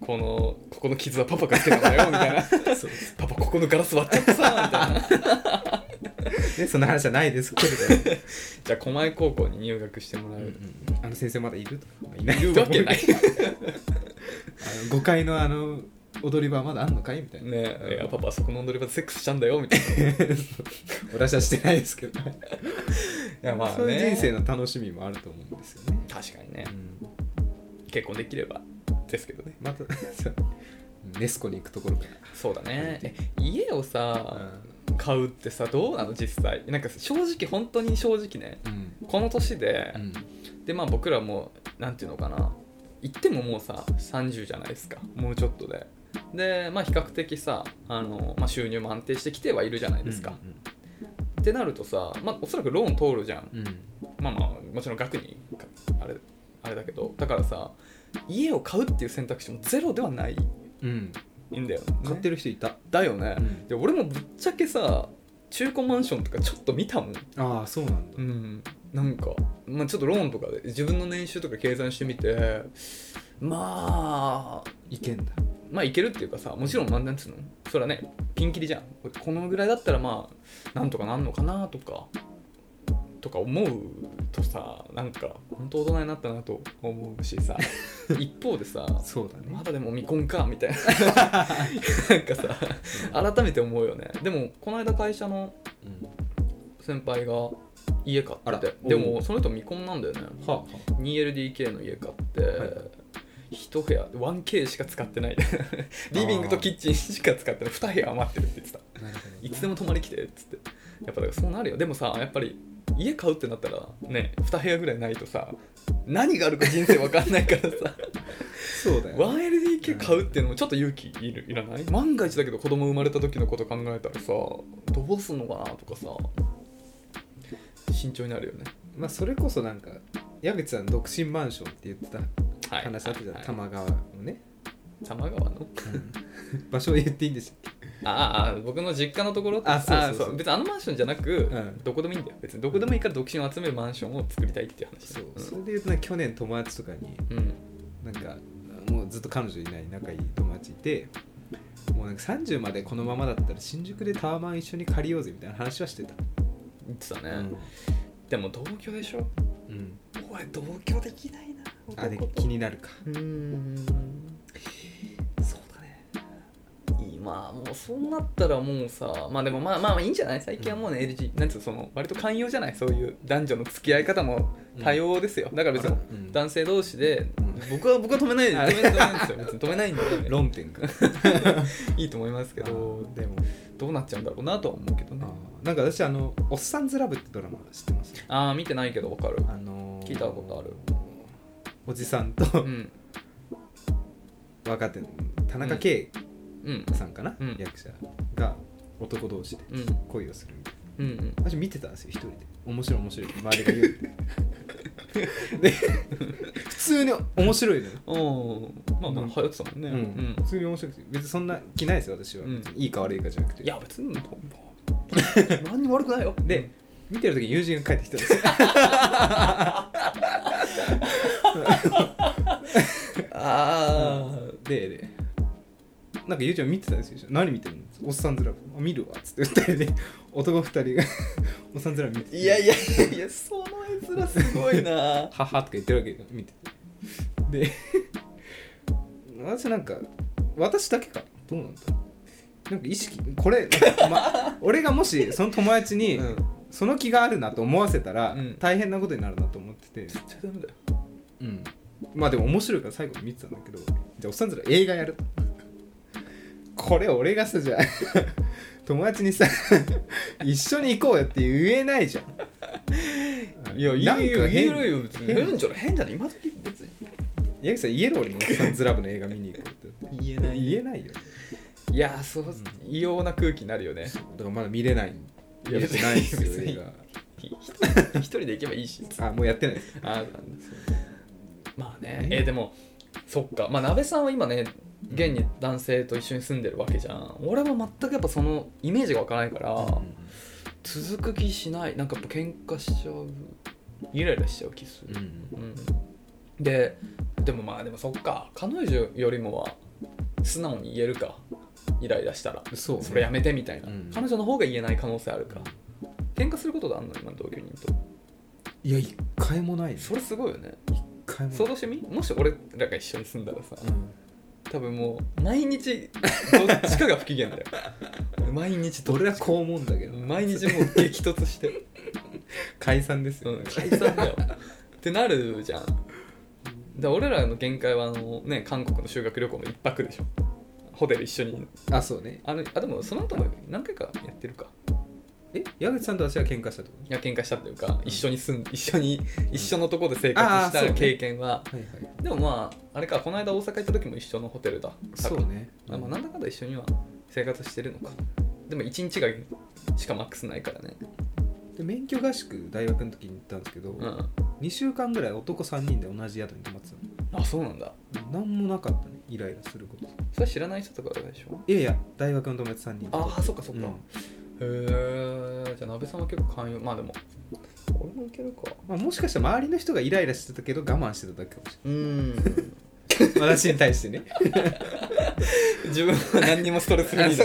このここの傷はパパがつけたんだよみたいな そうパパここのガラス割っちゃったさみたいなねそんな話じゃないですけれじゃあ狛江高校に入学してもらう、どあの先生まだいるとかまあいないいるわけないあねの5階のあの踊り場まだあんのかいみたいなえいやパパそこの踊り場でセックスしたんだよみたいない私はしてないですけ どやまあねそういう人生の楽しみもあると思うんですよね、確かにねうん結婚できればですけどねまたそうネスコに行くところかそうだねえ家をら、さ買うってさどうなの実際なんか正直本当に正直ねうんこの年で、うんでまあ僕らもなんていうのかな言ってももうさ30じゃないですかもうちょっとででまあ比較的さあの、まあ、収入も安定してきてはいるじゃないですか、ってなるとさ、まあ、おそらくローン通るじゃんうんうんまあまあもちろん額にかあれあれだけどだからさ家を買うっていう選択肢もゼロではないうん、んだよ、ね、買ってる人いた、だよね、うんで俺もぶっちゃけさ中古マンションとかちょっと見たもんああそうなんだうん、なんか、まあ、ちょっとローンとかで自分の年収とか計算してみてまあいけんだまあいけるっていうかさもちろんまあなんつうのそれはねピンキリじゃんこのぐらいだったらまあなんとかなんのかなとかとか思うとさなんか本当大人になったなと思うし さ一方でさそうだねまだでも未婚かみたい ななんかさ改めて思うよねでもこの間会社のうん先輩が家買あっらてておうでもその人未婚なんだよねは 2LDK の家買って、いい、一部屋 1K しか使ってない リビングとキッチンしか使ってない2部屋余ってるって言ってたなるほどいつでも泊まり来てっつってやっぱだからそうなるよでもさやっぱり家買うってなったらね2部屋ぐらいないとさ何があるか人生わかんないからさそうだよね、 1LDK 買うっていうのもちょっと勇気いるいらない万が一だけど子供生まれた時のこと考えたらさどうすんのかなとかさ慎重になるよねまあ、それこそなんか矢口さん独身マンションって言ってたはい話あったじゃん、はい玉川のね、玉川の 場所言っていいんでしたっああ僕の実家のところってあそうそうそうあ別にあのマンションじゃなく、んどこでもいいんだよ別にどこでもいいから独身を集めるマンションを作りたいっていうけ話そうそれで言うとなんか去年友達とかにうん、うんなんかもうずっと彼女いない仲いい友達いてもうなんか30までこのままだったら新宿でタワマン一緒に借りようぜみたいな話はしてた、言ってたね、うんでも同居でしょうん、おい同居できないなあれ男と気になるかうーんそうだねいいまあもうそうなったらもうさまあでもまあまあまあいいんじゃない最近はもうね LG なんつうのその割と寛容じゃないそういう男女の付き合い方も多様ですよ、だから別にうん男性同士で、ん僕は僕は止めないであ止め止めないんですよ別に止めないんで論点がいいと思いますけどでもどうなっちゃうんだろうなとは思うけどねあなんか私あの「おっさんずラブ」ってドラマ知ってますああ見てないけどわかるあのー聞いたことあるおじさんとうん若手の田中圭うんさんかな、うん役者が男同士でうん恋をするみたいなうんうん私見てたんですよ一人で面白い面白いって周りが言う ってで普通に面白いのよ、おーまあまあうん流行ってたもんねううんん、普通に面白くて別にそんな気ないですよ私は、うん別にいいか悪いかじゃなくていや別にどう 何にも悪くないよで見てる時に友人が帰ってきたんですよああ、ででなんか友人が見てたんですよ何見てるのおっさんずラブあ見るわっつって二人で男二人が おっさんずラブ見てていやいやいやその絵面すごいなははとか言ってるわけよ見ててで 私なんか私だけかどうなんだろうなんか意識これ、ま、 俺がもしその友達にうんその気があるなと思わせたらうん大変なことになるなと思ってて、絶対ダメだようんまあでも面白いから最後に見てたんだけどじゃあおっさんずら映画やるこれ俺がさじゃあ 友達にさ一緒に行こうよって言えないじゃんなんか変よ別に変じゃない変じゃない今時別に八木さん言える俺におっさんずラブの映画見に行こうって言え言えないよいやそう異様な空気になるよねだからまだ見れないいややってないです別よに映ひひ 一人で行けばいいし画あもうやってないですあーなんだまあねえーでもそっかまあ鍋さんは今ね現に男性と一緒に住んでるわけじゃん俺は全くやっぱそのイメージがわからないから、続く気しないなんかやっぱ喧嘩しちゃうイライラしちゃう気する、んうんででもまあでもそっか彼女よりもは素直に言えるかイライラしたらそうそれやめてみたいな、うん彼女の方が言えない可能性あるか喧嘩することがあんの今の同居人といや一回もないですそれすごいよね一回もない想像してみもし俺らが一緒に住んだらさうん多分もう毎日どっちかが不機嫌だよ毎日どっ俺はこう思うんだけど毎日もう激突して解散ですよ、うん、解散だよってなるじゃんで俺らの限界はあの、ね、韓国の修学旅行の一泊でしょホテル一緒にあそうねあのあでもその後も何回かやってるかえ矢口さんと私は喧嘩したってこいや喧嘩したっていうか一緒に住ん一緒に一緒のところで生活しあーそうたね経験は、とはいはいでもまああれかこの間大阪行った時も一緒のホテルだそうねあまあ、なんだかんだ一緒には生活してるのかでも1日がしかマックスないからねで免許合宿大学の時に行ったんですけど、うん2週間ぐらい男3人で同じ宿に泊まってたあそうなんだの何もなかったねイライラすることそれ知らない人とかでしょいやいや大学の友達3人とああそっかそっか、うんへえじゃあ鍋さんは結構寛容まあでも俺もいけるかまあ、もしかしたら周りの人がイライラしてたけど我慢してただけかもしうん れない 私に対してね自分は何にもストレスフリーだ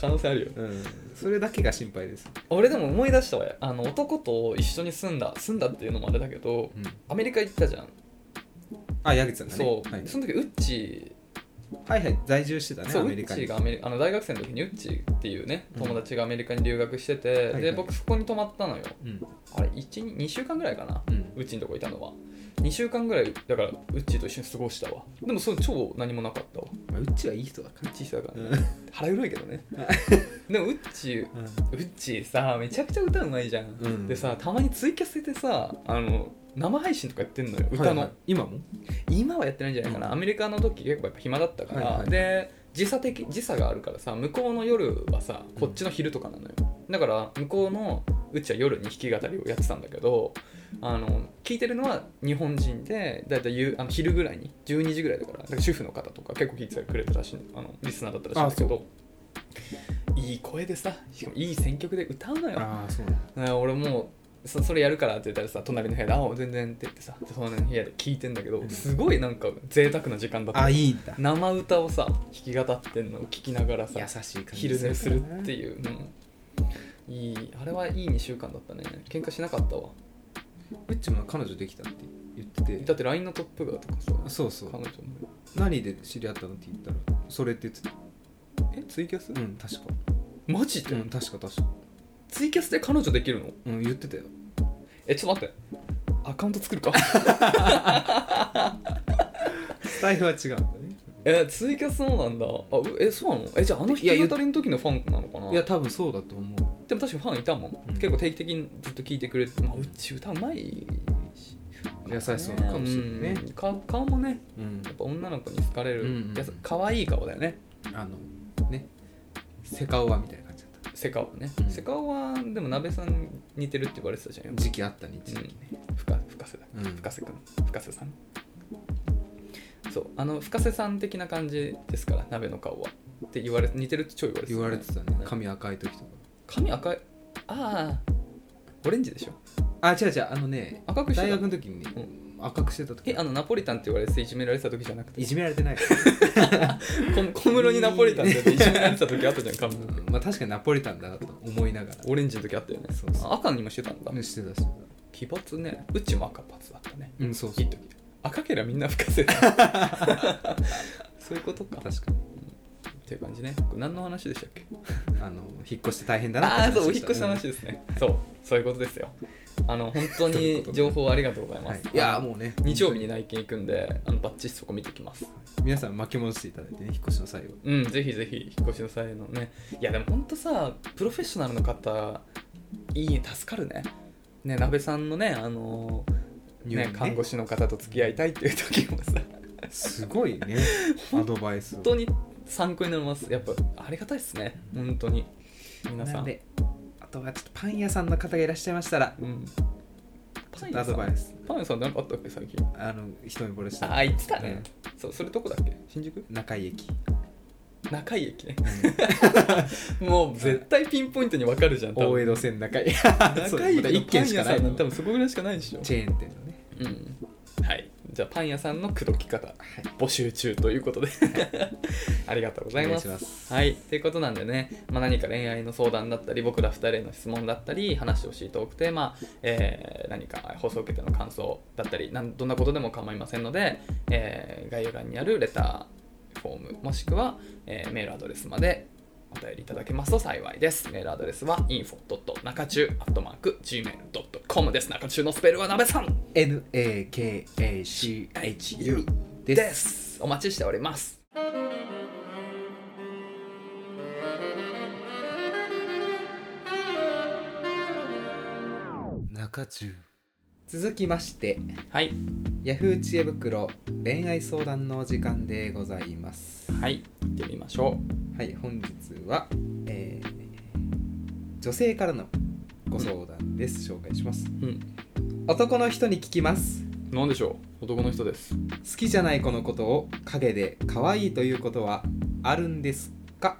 可能性あるようん、それだけが心配です、俺でも思い出したわあの男と一緒に住んだ住んだっていうのもあれだけどアメリカ行ったじゃん、あ矢口さんがねそう、はい、その時ウッチはいはい在住してたねそうアウメリッカチーにがアメリあの大学生の時にウッチーっていうねうん友達がアメリカに留学してて、はいはでい僕そこに泊まったのようんあれ1 2週間ぐらいかなうんウッチーのとこいたのは2週間ぐらいだからウッチーと一緒に過ごしたわでもそれ超何もなかったわまあ、うちはいい人だかウッチーさがら、腹黒いけど ねでもウッチーウッチーさめちゃくちゃ歌うまいじゃん、うんでさたまにツイキャスでさあの生配信とかやってんのよ歌の、はいはい今も今はやってないんじゃないかな、うんアメリカの時結構やっぱ暇だったから、はいはいで時差的時差があるからさ向こうの夜はさこっちの昼とかなのよ、だから向こうのうちは夜に弾き語りをやってたんだけどあの聞いてるのは日本人でだいたい夕あの昼ぐらいに12時ぐらいだからだから主婦の方とか結構聞いてくれたらしいあのリスナーだったらしいんだけあどいい声でさしかもいい選曲で歌うのよああそうなんだね俺もうそそれやるからって言ったらさ隣の部屋で「あ全然」って言ってさ隣の部屋で聞いてんだけどんすごいなんか贅沢な時間だったあいいんだ生歌をさ弾き語ってんのを聞きながらさ優しい感じ昼寝するってういう、うん、いいあれはいい2週間だったね喧嘩しなかったわうちもな彼女できたって言っててだって LINE のトップがとかさそうそ彼女うの何で知り合ったのって言ったらそれって言ってたえツイキャスうん確かマジで、うん確か確かツイキャスで彼女できるのうん言ってたよえちょっと待ってアカウント作るか スタイルは違うんだねえツイキャスそうなんだあうえそうなのえじゃああのいや弾き語りの時のファンなのかないや多分そうだと思うでも確かにファンいたもん、うん結構定期的にずっと聞いてくれて、まあ、うち歌うまいし優しそうな顔してるねうん顔顔もねうんやっぱ女の子に好かれうんるうんやさ可愛い顔だよねあのねセカオワみたいな感じだっセカオはね、うんセカオはでも鍋さんに似てるって言われてたじゃんやたっぱ時期あったね一時期ねうん深深瀬だうん深瀬君深瀬さんそうあの深瀬さん的な感じですから鍋の顔はって言われ似てるって超言われてた言よわれてね、たね髪赤い時とか髪赤いああオレンジでしょあ違う違うあのね赤くしてた大学の時にねう赤くしてたえ時あのナポリタンって言われていじめられてた時じゃなくていじめられてないこ小室にナポリタンって言っていじめられてた時あったじゃん髪の毛 うんまあ確かにナポリタンだなと思いながら オレンジの時あったよねそうそうあ赤にもしてたんだうんしてたしてた奇抜ねうちも赤パツだったねうんそういそうい時赤けりゃみんな深せ そういうことか確かにっていう感じねこれ何の話でしたっけあの引っ越して大変だなああってーそうお話で引っ越した話ですね、そうそういうことですよあの本当そういうこにと情報ありがとうございうんまはいす、いやーもうね日曜日に内見行くんであのバッチリそこ見てきます皆さん巻き戻していただいてね引っ越しの際はうん、ぜひぜひ引っ越しの際のねいやでもほんとさプロフェッショナルの方いい助かるねね鍋さんのねあの入院ね看護師の方と付き合いたいっていう時もさすごい ねアドバイスを本当に参考になりますやっぱありがたいですね本当に皆なさのんであとはちょっとパン屋さんの方がいらっしゃいましたらうんちょっとアドバイスパン屋さん何かあったっけ最近あの一目惚れしたああ言ってたね、そうそれどこだっけ新宿中井 駅中井駅ねもう絶対ピンポイントに分かるじゃん多分大江戸線中井そう 中井駅一一軒軒ししかかなないいのの多分そこぐらいしかないでしょチェーン店のねうんはい、じゃあパン屋さんの口説き方、募集中ということで ありがとうございますお願いしはいということなんでね、まあ、何か恋愛の相談だったり僕ら2人への質問だったり話してほしいトークテーマ、えー何か放送を受けての感想だったりなんどんなことでも構いませんので、えー概要欄にあるレターフォームもしくは、えーメールアドレスまでお便りいただけますと幸いです。メールアドレスは info.nakachu.gmail.com です。中中のスペルはなべさん NAKACHU ですです。お待ちしております。中中続きましてはい。ヤフー知恵袋恋愛相談のお時間でございますはい。行ってみましょはい本日は、えー女性からのご相談です、紹介しますう。うん。男の人に聞きますなんでしょう男の人です。好きじゃない子のことを陰で可愛いということはあるんですか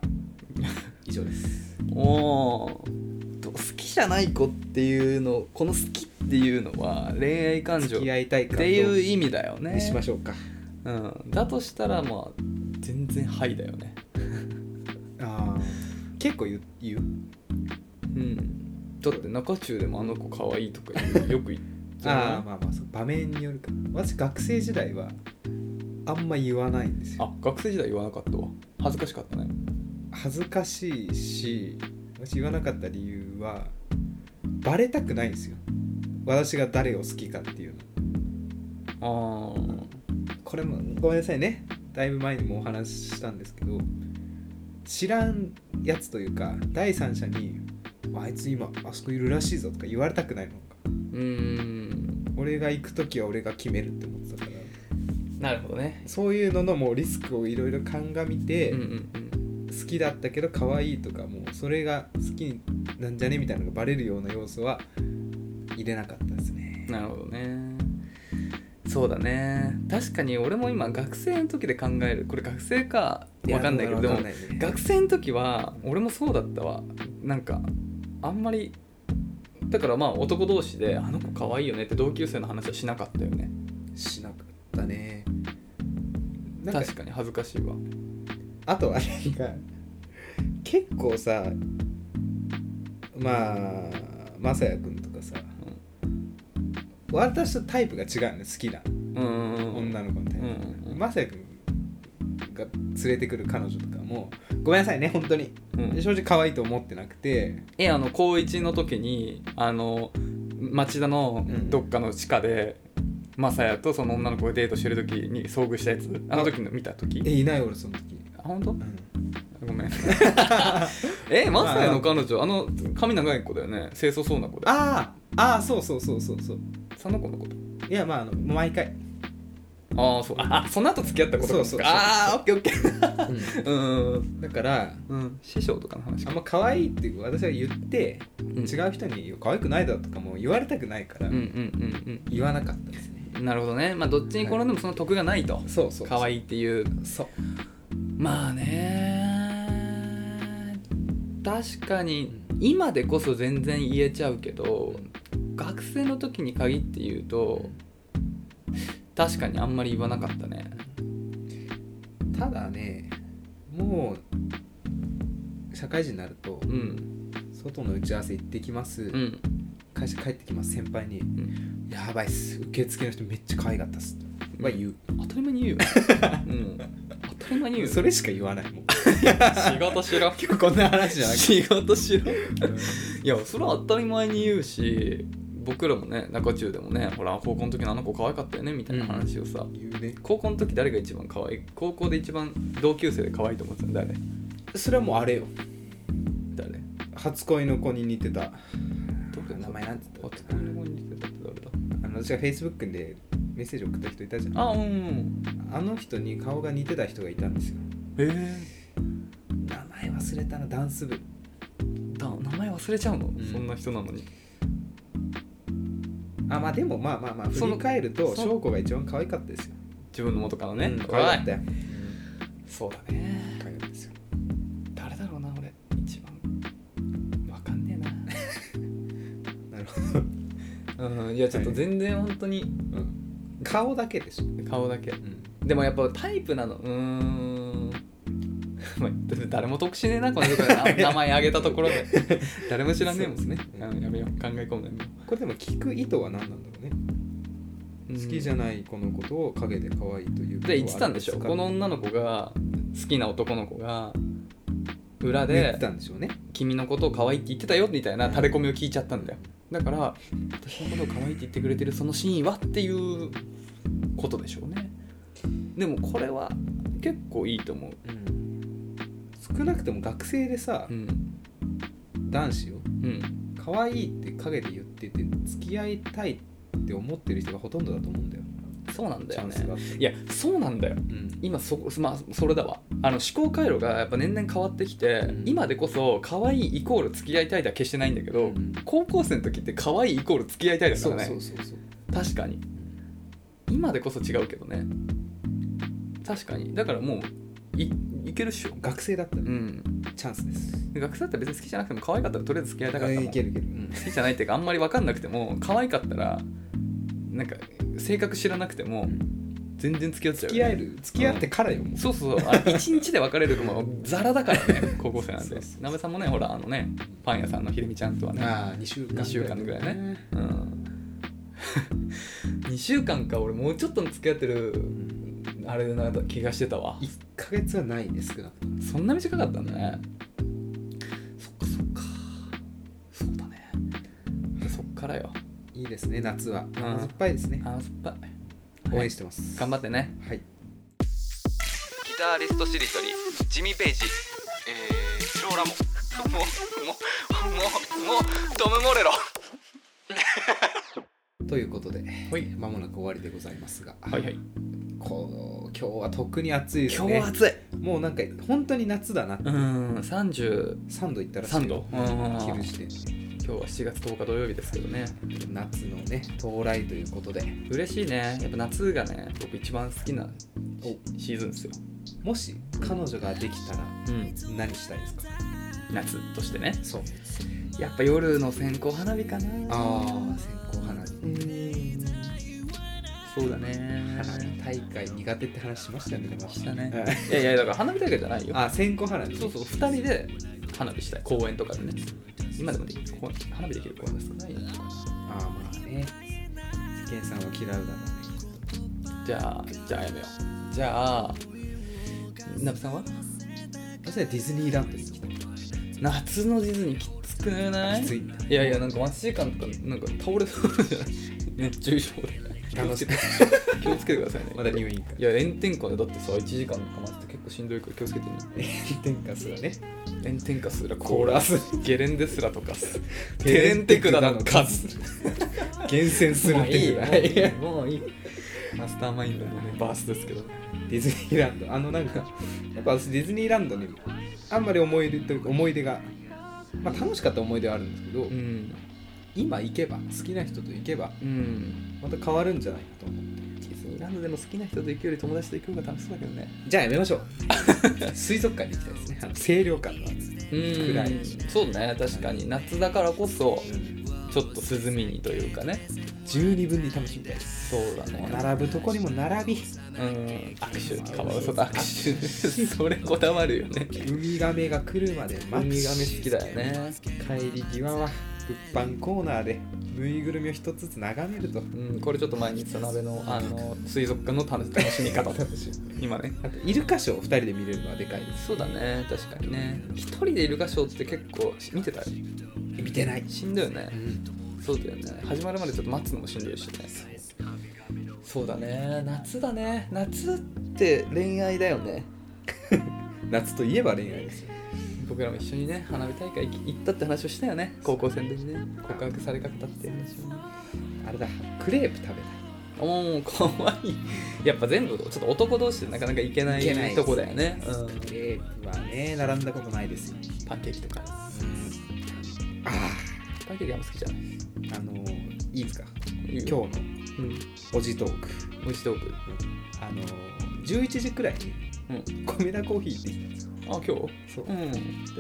以上ですおーと好きじゃない子っていうの、この好きっていうのは恋愛感 情付きっ合いたいかていう意味だよね。にしましょうかうん。だとしたら、まあ、全然はいだよね。あ結構言う言ううん。だって中中でもあの子可愛いと か言うよく言ってああまあまあそう場面によるか私学生時代はあんま言わないんですよあ学生時代言わなかったわ恥ずかしかったね恥ずかしいし私言わなかった理由はバレたくないんですよ私が誰を好きかっていうのあこれもごめんなさいねだいぶ前にもお話ししたんですけど知らんやつというか第三者に「あいつ今あそこいるらしいぞ」とか言われたくないのかーうーん俺が行く時は俺が決めるって思ってたからなるほどねそういうののもうリスクをいろいろ鑑みて、うんうんうん好きだったけど可愛いとかもうそれが好きなんじゃねみたいなのがバレるような要素は入れなかったですねなるほどねそうだね確かに俺も今学生の時で考えるこれ学生か分かんないけどでも学生の時は俺もそうだったわなんかあんまりだからまあ男同士で「あの子可愛いよね」って同級生の話はしなかったよねしなかったねなんか確かに恥ずかしいわあとはなんか結構さまあまさやくんとかさ、私とタイプが違うね好きなうんうんうん女の子のタイうんプ、うんまさやくんが連れてくる彼女とかもごめんなさいね本当にうん正直可愛いと思ってなくてえあの高1の時にあの町田のどっかの地下で、マサヤとその女の子がデートしてる時に遭遇したやつあの時の見た時えいない俺その時、あ本当 ごめん えマサヤの彼女あの髪長い子だよね清楚そうな子でああああそうそうそうそうそうその子のこといやまああの毎回、ああそうああその後付き合ったことかそうそうそうああオッケーオッケーうんだからうん師匠とかの話あかんま可愛いって私は言って、ん違う人にいや「可愛くないだ」とかも言われたくないから、うんうんうん言わなかったですねうんなるほどねまあどっちに転んでもその得がないとそうそう可い愛いっていうそうまあね確かに今でこそ全然言えちゃうけど学生の時に限って言うと確かにあんまり言わなかったねただねもう社会人になるとうん外の打ち合わせ行ってきます、うん会社帰ってきます先輩に「んやばいっす受付の人めっちゃ可愛かったっす」は言う、当たり前に言う よ、うん、当たり前に言うそれしか言わないもん仕事し ろ今日こんな話じゃなくて仕事しろいやそれは当たり前に言うし僕らもね中中でもねほら高校の時のあの子可愛かったよねみたいな話をさ、言うね高校の時誰が一番可愛い高校で一番同級生で可愛いと思ってたの誰それはもうあれよ誰ど初恋の子に似てたれ名前なんて言あったつっこに似てたって誰だあの私が Facebook でメッセージ送った人いたじゃんあうんうんあの人に顔が似てた人がいたんですよへえ名前忘れたなダンス部だ名前忘れちゃうの、んそんな人なのにあまあでもまあまあまあ振そのり返るとそ翔子が一番可愛かったですよ自分の元からね、うん可可愛愛かいったよそうだね可愛かったですよ誰だろうな俺一番わかんねなるほど、え なうんいやちょっと全然本当にうん、顔だけでしょ、顔だけでもやっぱタイプなのうーん まあ誰も得しねえなこの人からな名前あげたところ で誰も知らねえもんねそうですねうんやめよう考え込むのやめよこれでも聞く意図は何なんだろうね、う好きじゃんない子のことを影で可愛いということはで言ってたんでしょあるかこの女の子が好きな男の子が裏言ってでたんでしょうね君のことを可愛いって言ってたよみたいなタレコミを聞いちゃったんだよだから私のことを可愛いって言ってくれてるその真意はっていうことでしょうねでもこれは結構いいと思う少なくとも学生でさ、うん男子をうん可愛いって陰で言ってて付き合いたいって思ってる人がほとんどだと思うんだよそうなんだチャよンねスがあっていやそうなんだようん今そこまあそれだわあの思考回路がやっぱ年々変わってきて、うん今でこそ可愛いイコール付き合いたいでは決してないんだけど、うん高校生の時って可愛いイコール付き合いたいだかそらうねそうそうそう確かに今でこそ違うけどね確かにだからもういいけるっしょ学生だったらうんチャンスですで学生だったら別に好きじゃなくても可愛かったらとりあえず付き合いたかったもんいけるいける、好きじゃないっていうかあんまり分かんなくても可愛かったらなんか性格知らなくても全然付き合っちゃう付きよね、合える付き合ってからよもうそうそ うそうあれ一日で別れるのもザラだからね高校生なんそうでそうそうなべさんもねほらあのねパン屋さんのひでみちゃんとはねああ2週間2週間ぐらいねうん 2週間か俺もうちょっと付き合ってるなあれな気がしてたわ1ヶ月はないね少なくともそんな短かったんだねそっかそっかそうだねでそっからよいいですね夏は甘酸っぱいですねあー酸っぱい応援してます頑張ってねはいギタリストしりとりジミー・ペイジえー、ローラモもうもうもうもうトム・モレロということでほいまもなく終わりでございますがはいはいこの今日は特に暑いです今ね日は暑いもうなんか本当に夏だなうーん30 3度いったらしい3度うん気今分日しては7月10日土曜日ですけどね夏のね到来ということで嬉しいねやっぱ夏がね僕一番好きなおシーズンですよもし彼女ができたらうん何したいですか夏としてねそうやっぱ夜の線香花火かなああ線香花火うんそうだね花火大会苦手って話しましたよねでもしたねはいいやいやだから花火大会じゃない よあ線香花火そうそう2人で花火したい公園とかでね今でもできる公園花火できる公園が少ないよねああまあね世間さんは嫌うだろうねじゃあじゃあやめようじゃあナブさんは私はディズニーランドに来た夏のディズニーきつくないきついんだいやいやなんか待ち時間とかなんか倒れそうじゃない熱中症で楽しく気をつけてくださいねまだ入院かいや炎天下でだってさ1時間とか待って結構しんどいから気をつけてね炎天下すらね炎天下すらコーラス ゲレンデすらとかすテレンテクダの数厳選するもっうていいいうもういいマスターマインドのねバースですけどディズニーランドあのなんかやっぱ私ディズニーランドにあんまり思い出というか思い出が、まあ、楽しかった思い出はあるんですけど、ん今行けば好きな人と行けばうんまた変わるんじゃないかと思うディズニーランドでも好きな人と行くより友達と行く方が楽しそうだけどねじゃあやめましょう水族館に行きたいですねあの清涼感のあるうん暗いそうね確かに夏だからこそうんちょっと涼みにというかね十二分に楽しみたいですそうだね並ぶとこにも並びうん握手カワウソと握手それこだわるよねウミガメが来るまでウ待ミちガメ好きだよね帰り際は物販コーナーでぬいぐるみを一つずつ眺めるとうん、これちょっと前に田辺のあの水族館の楽楽しみ方も今ねあとイルカショーを2人で見れるのはでかいですそうだね確かにね一人でイルカショーって結構見てたよ見てない、しんどいよねそうだよね始まるまでちょっと待つのもしんどいしねそうだね夏だね夏って恋愛だよね夏といえば恋愛ですよ僕らも一緒にね花火大会行ったって話をしたよね高校生の時にね告白されかけたって話をねあれだクレープ食べたいおおかわいいやっぱ全部ちょっと男同士でなかなか行けない行けないですとこだよね、うん、クレープはね並んだことないですよパンケーキとかあパンケーキあんま好きじゃないああのいいですかいい今よ日のうんおじトーク美味しいトークあの11時くらいにうん米田コーヒー行ってきたんですよあ今日そううん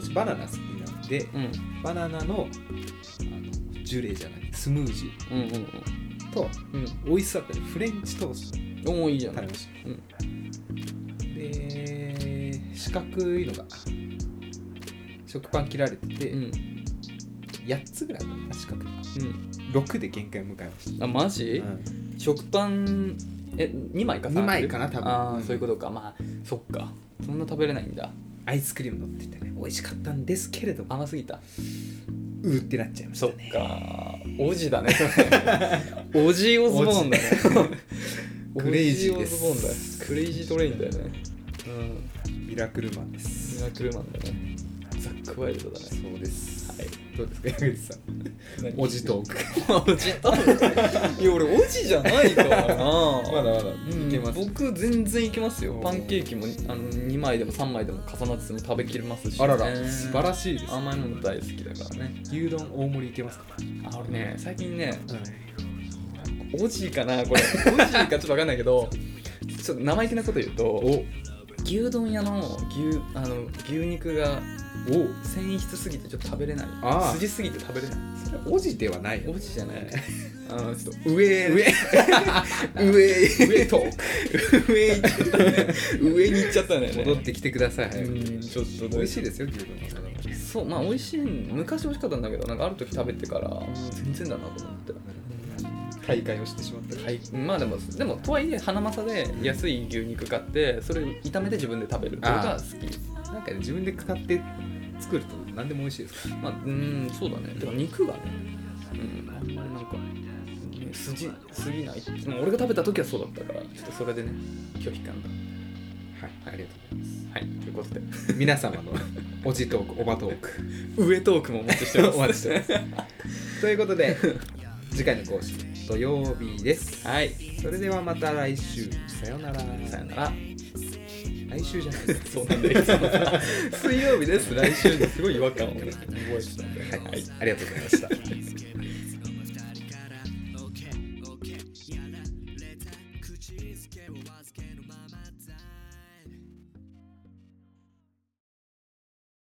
私バナナ好きなんでうんバナナのあのジュレじゃないスムージうんーとうんオイスターフレンチトーストうんおおいいじゃ食なべいました、で四角いのが食パン切られてて、うん8つぐらいかな四角いうん6で限界を迎えましあマた、ジ食パンえ2枚か2枚かな多分ああんそういうことかまあそっかそんな食べれないんだアイスクリーム乗っててね美味しかったんですけれども甘すぎたうーってなっちゃいましそたっねかおじだね おじオズボーンだねクレイジーですオジオズボーンだクレイジートレインだよねうんミラクルマンでミすラクルマンだねザックワイルドだねそうです、はいどうですか山口さんおじトークおじといや俺おじじゃないからな まだまだうんいけます、僕全然いけますよおーパンケーキもあの2枚でも3枚でも重なってても食べきれますし、あらら素晴らしいしいです甘いもの大好きだからね牛丼大盛りいけますか、あ俺ね最近ねおじいかなこれおじいかちょっと分かんないけどちょっと生意気なこと言うとお牛丼屋の牛あの牛肉がお繊維質すぎてちょっと食べれないあー筋すぎて食べれないそれおじではないよおじじゃないあのちょっと上上上上トーク上行っちゃったね上に行っちゃったんだよね戻ってきてください早くうんちょっと美味ねしいですよ牛丼の方がそうまあ美味しい昔美味しかったんだけどなんかある時食べてから全然だなと思って大会をしてしまったはい、まあでもでもとはいえ花正で安い牛肉買ってそれ炒めて自分で食べるっていうのがあ好きなんかね自分で使って作ると何でも美味しいですかまあうんそうだねてか肉がねうんあんまりなんか、ね、筋筋ないもう俺が食べた時はそうだったからちょっとそれでね拒否感がらはいありがとうございますはいということで 皆様 のおじトークおばトーク上トークもお待ちして ますお待ちしてますということで次回の更新土曜日ですはいそれではまた来週さようならさよなら 来週じゃないですそうなんです水曜日です来週にすごい違和感をね覚えてたんではい、はいありがとうございました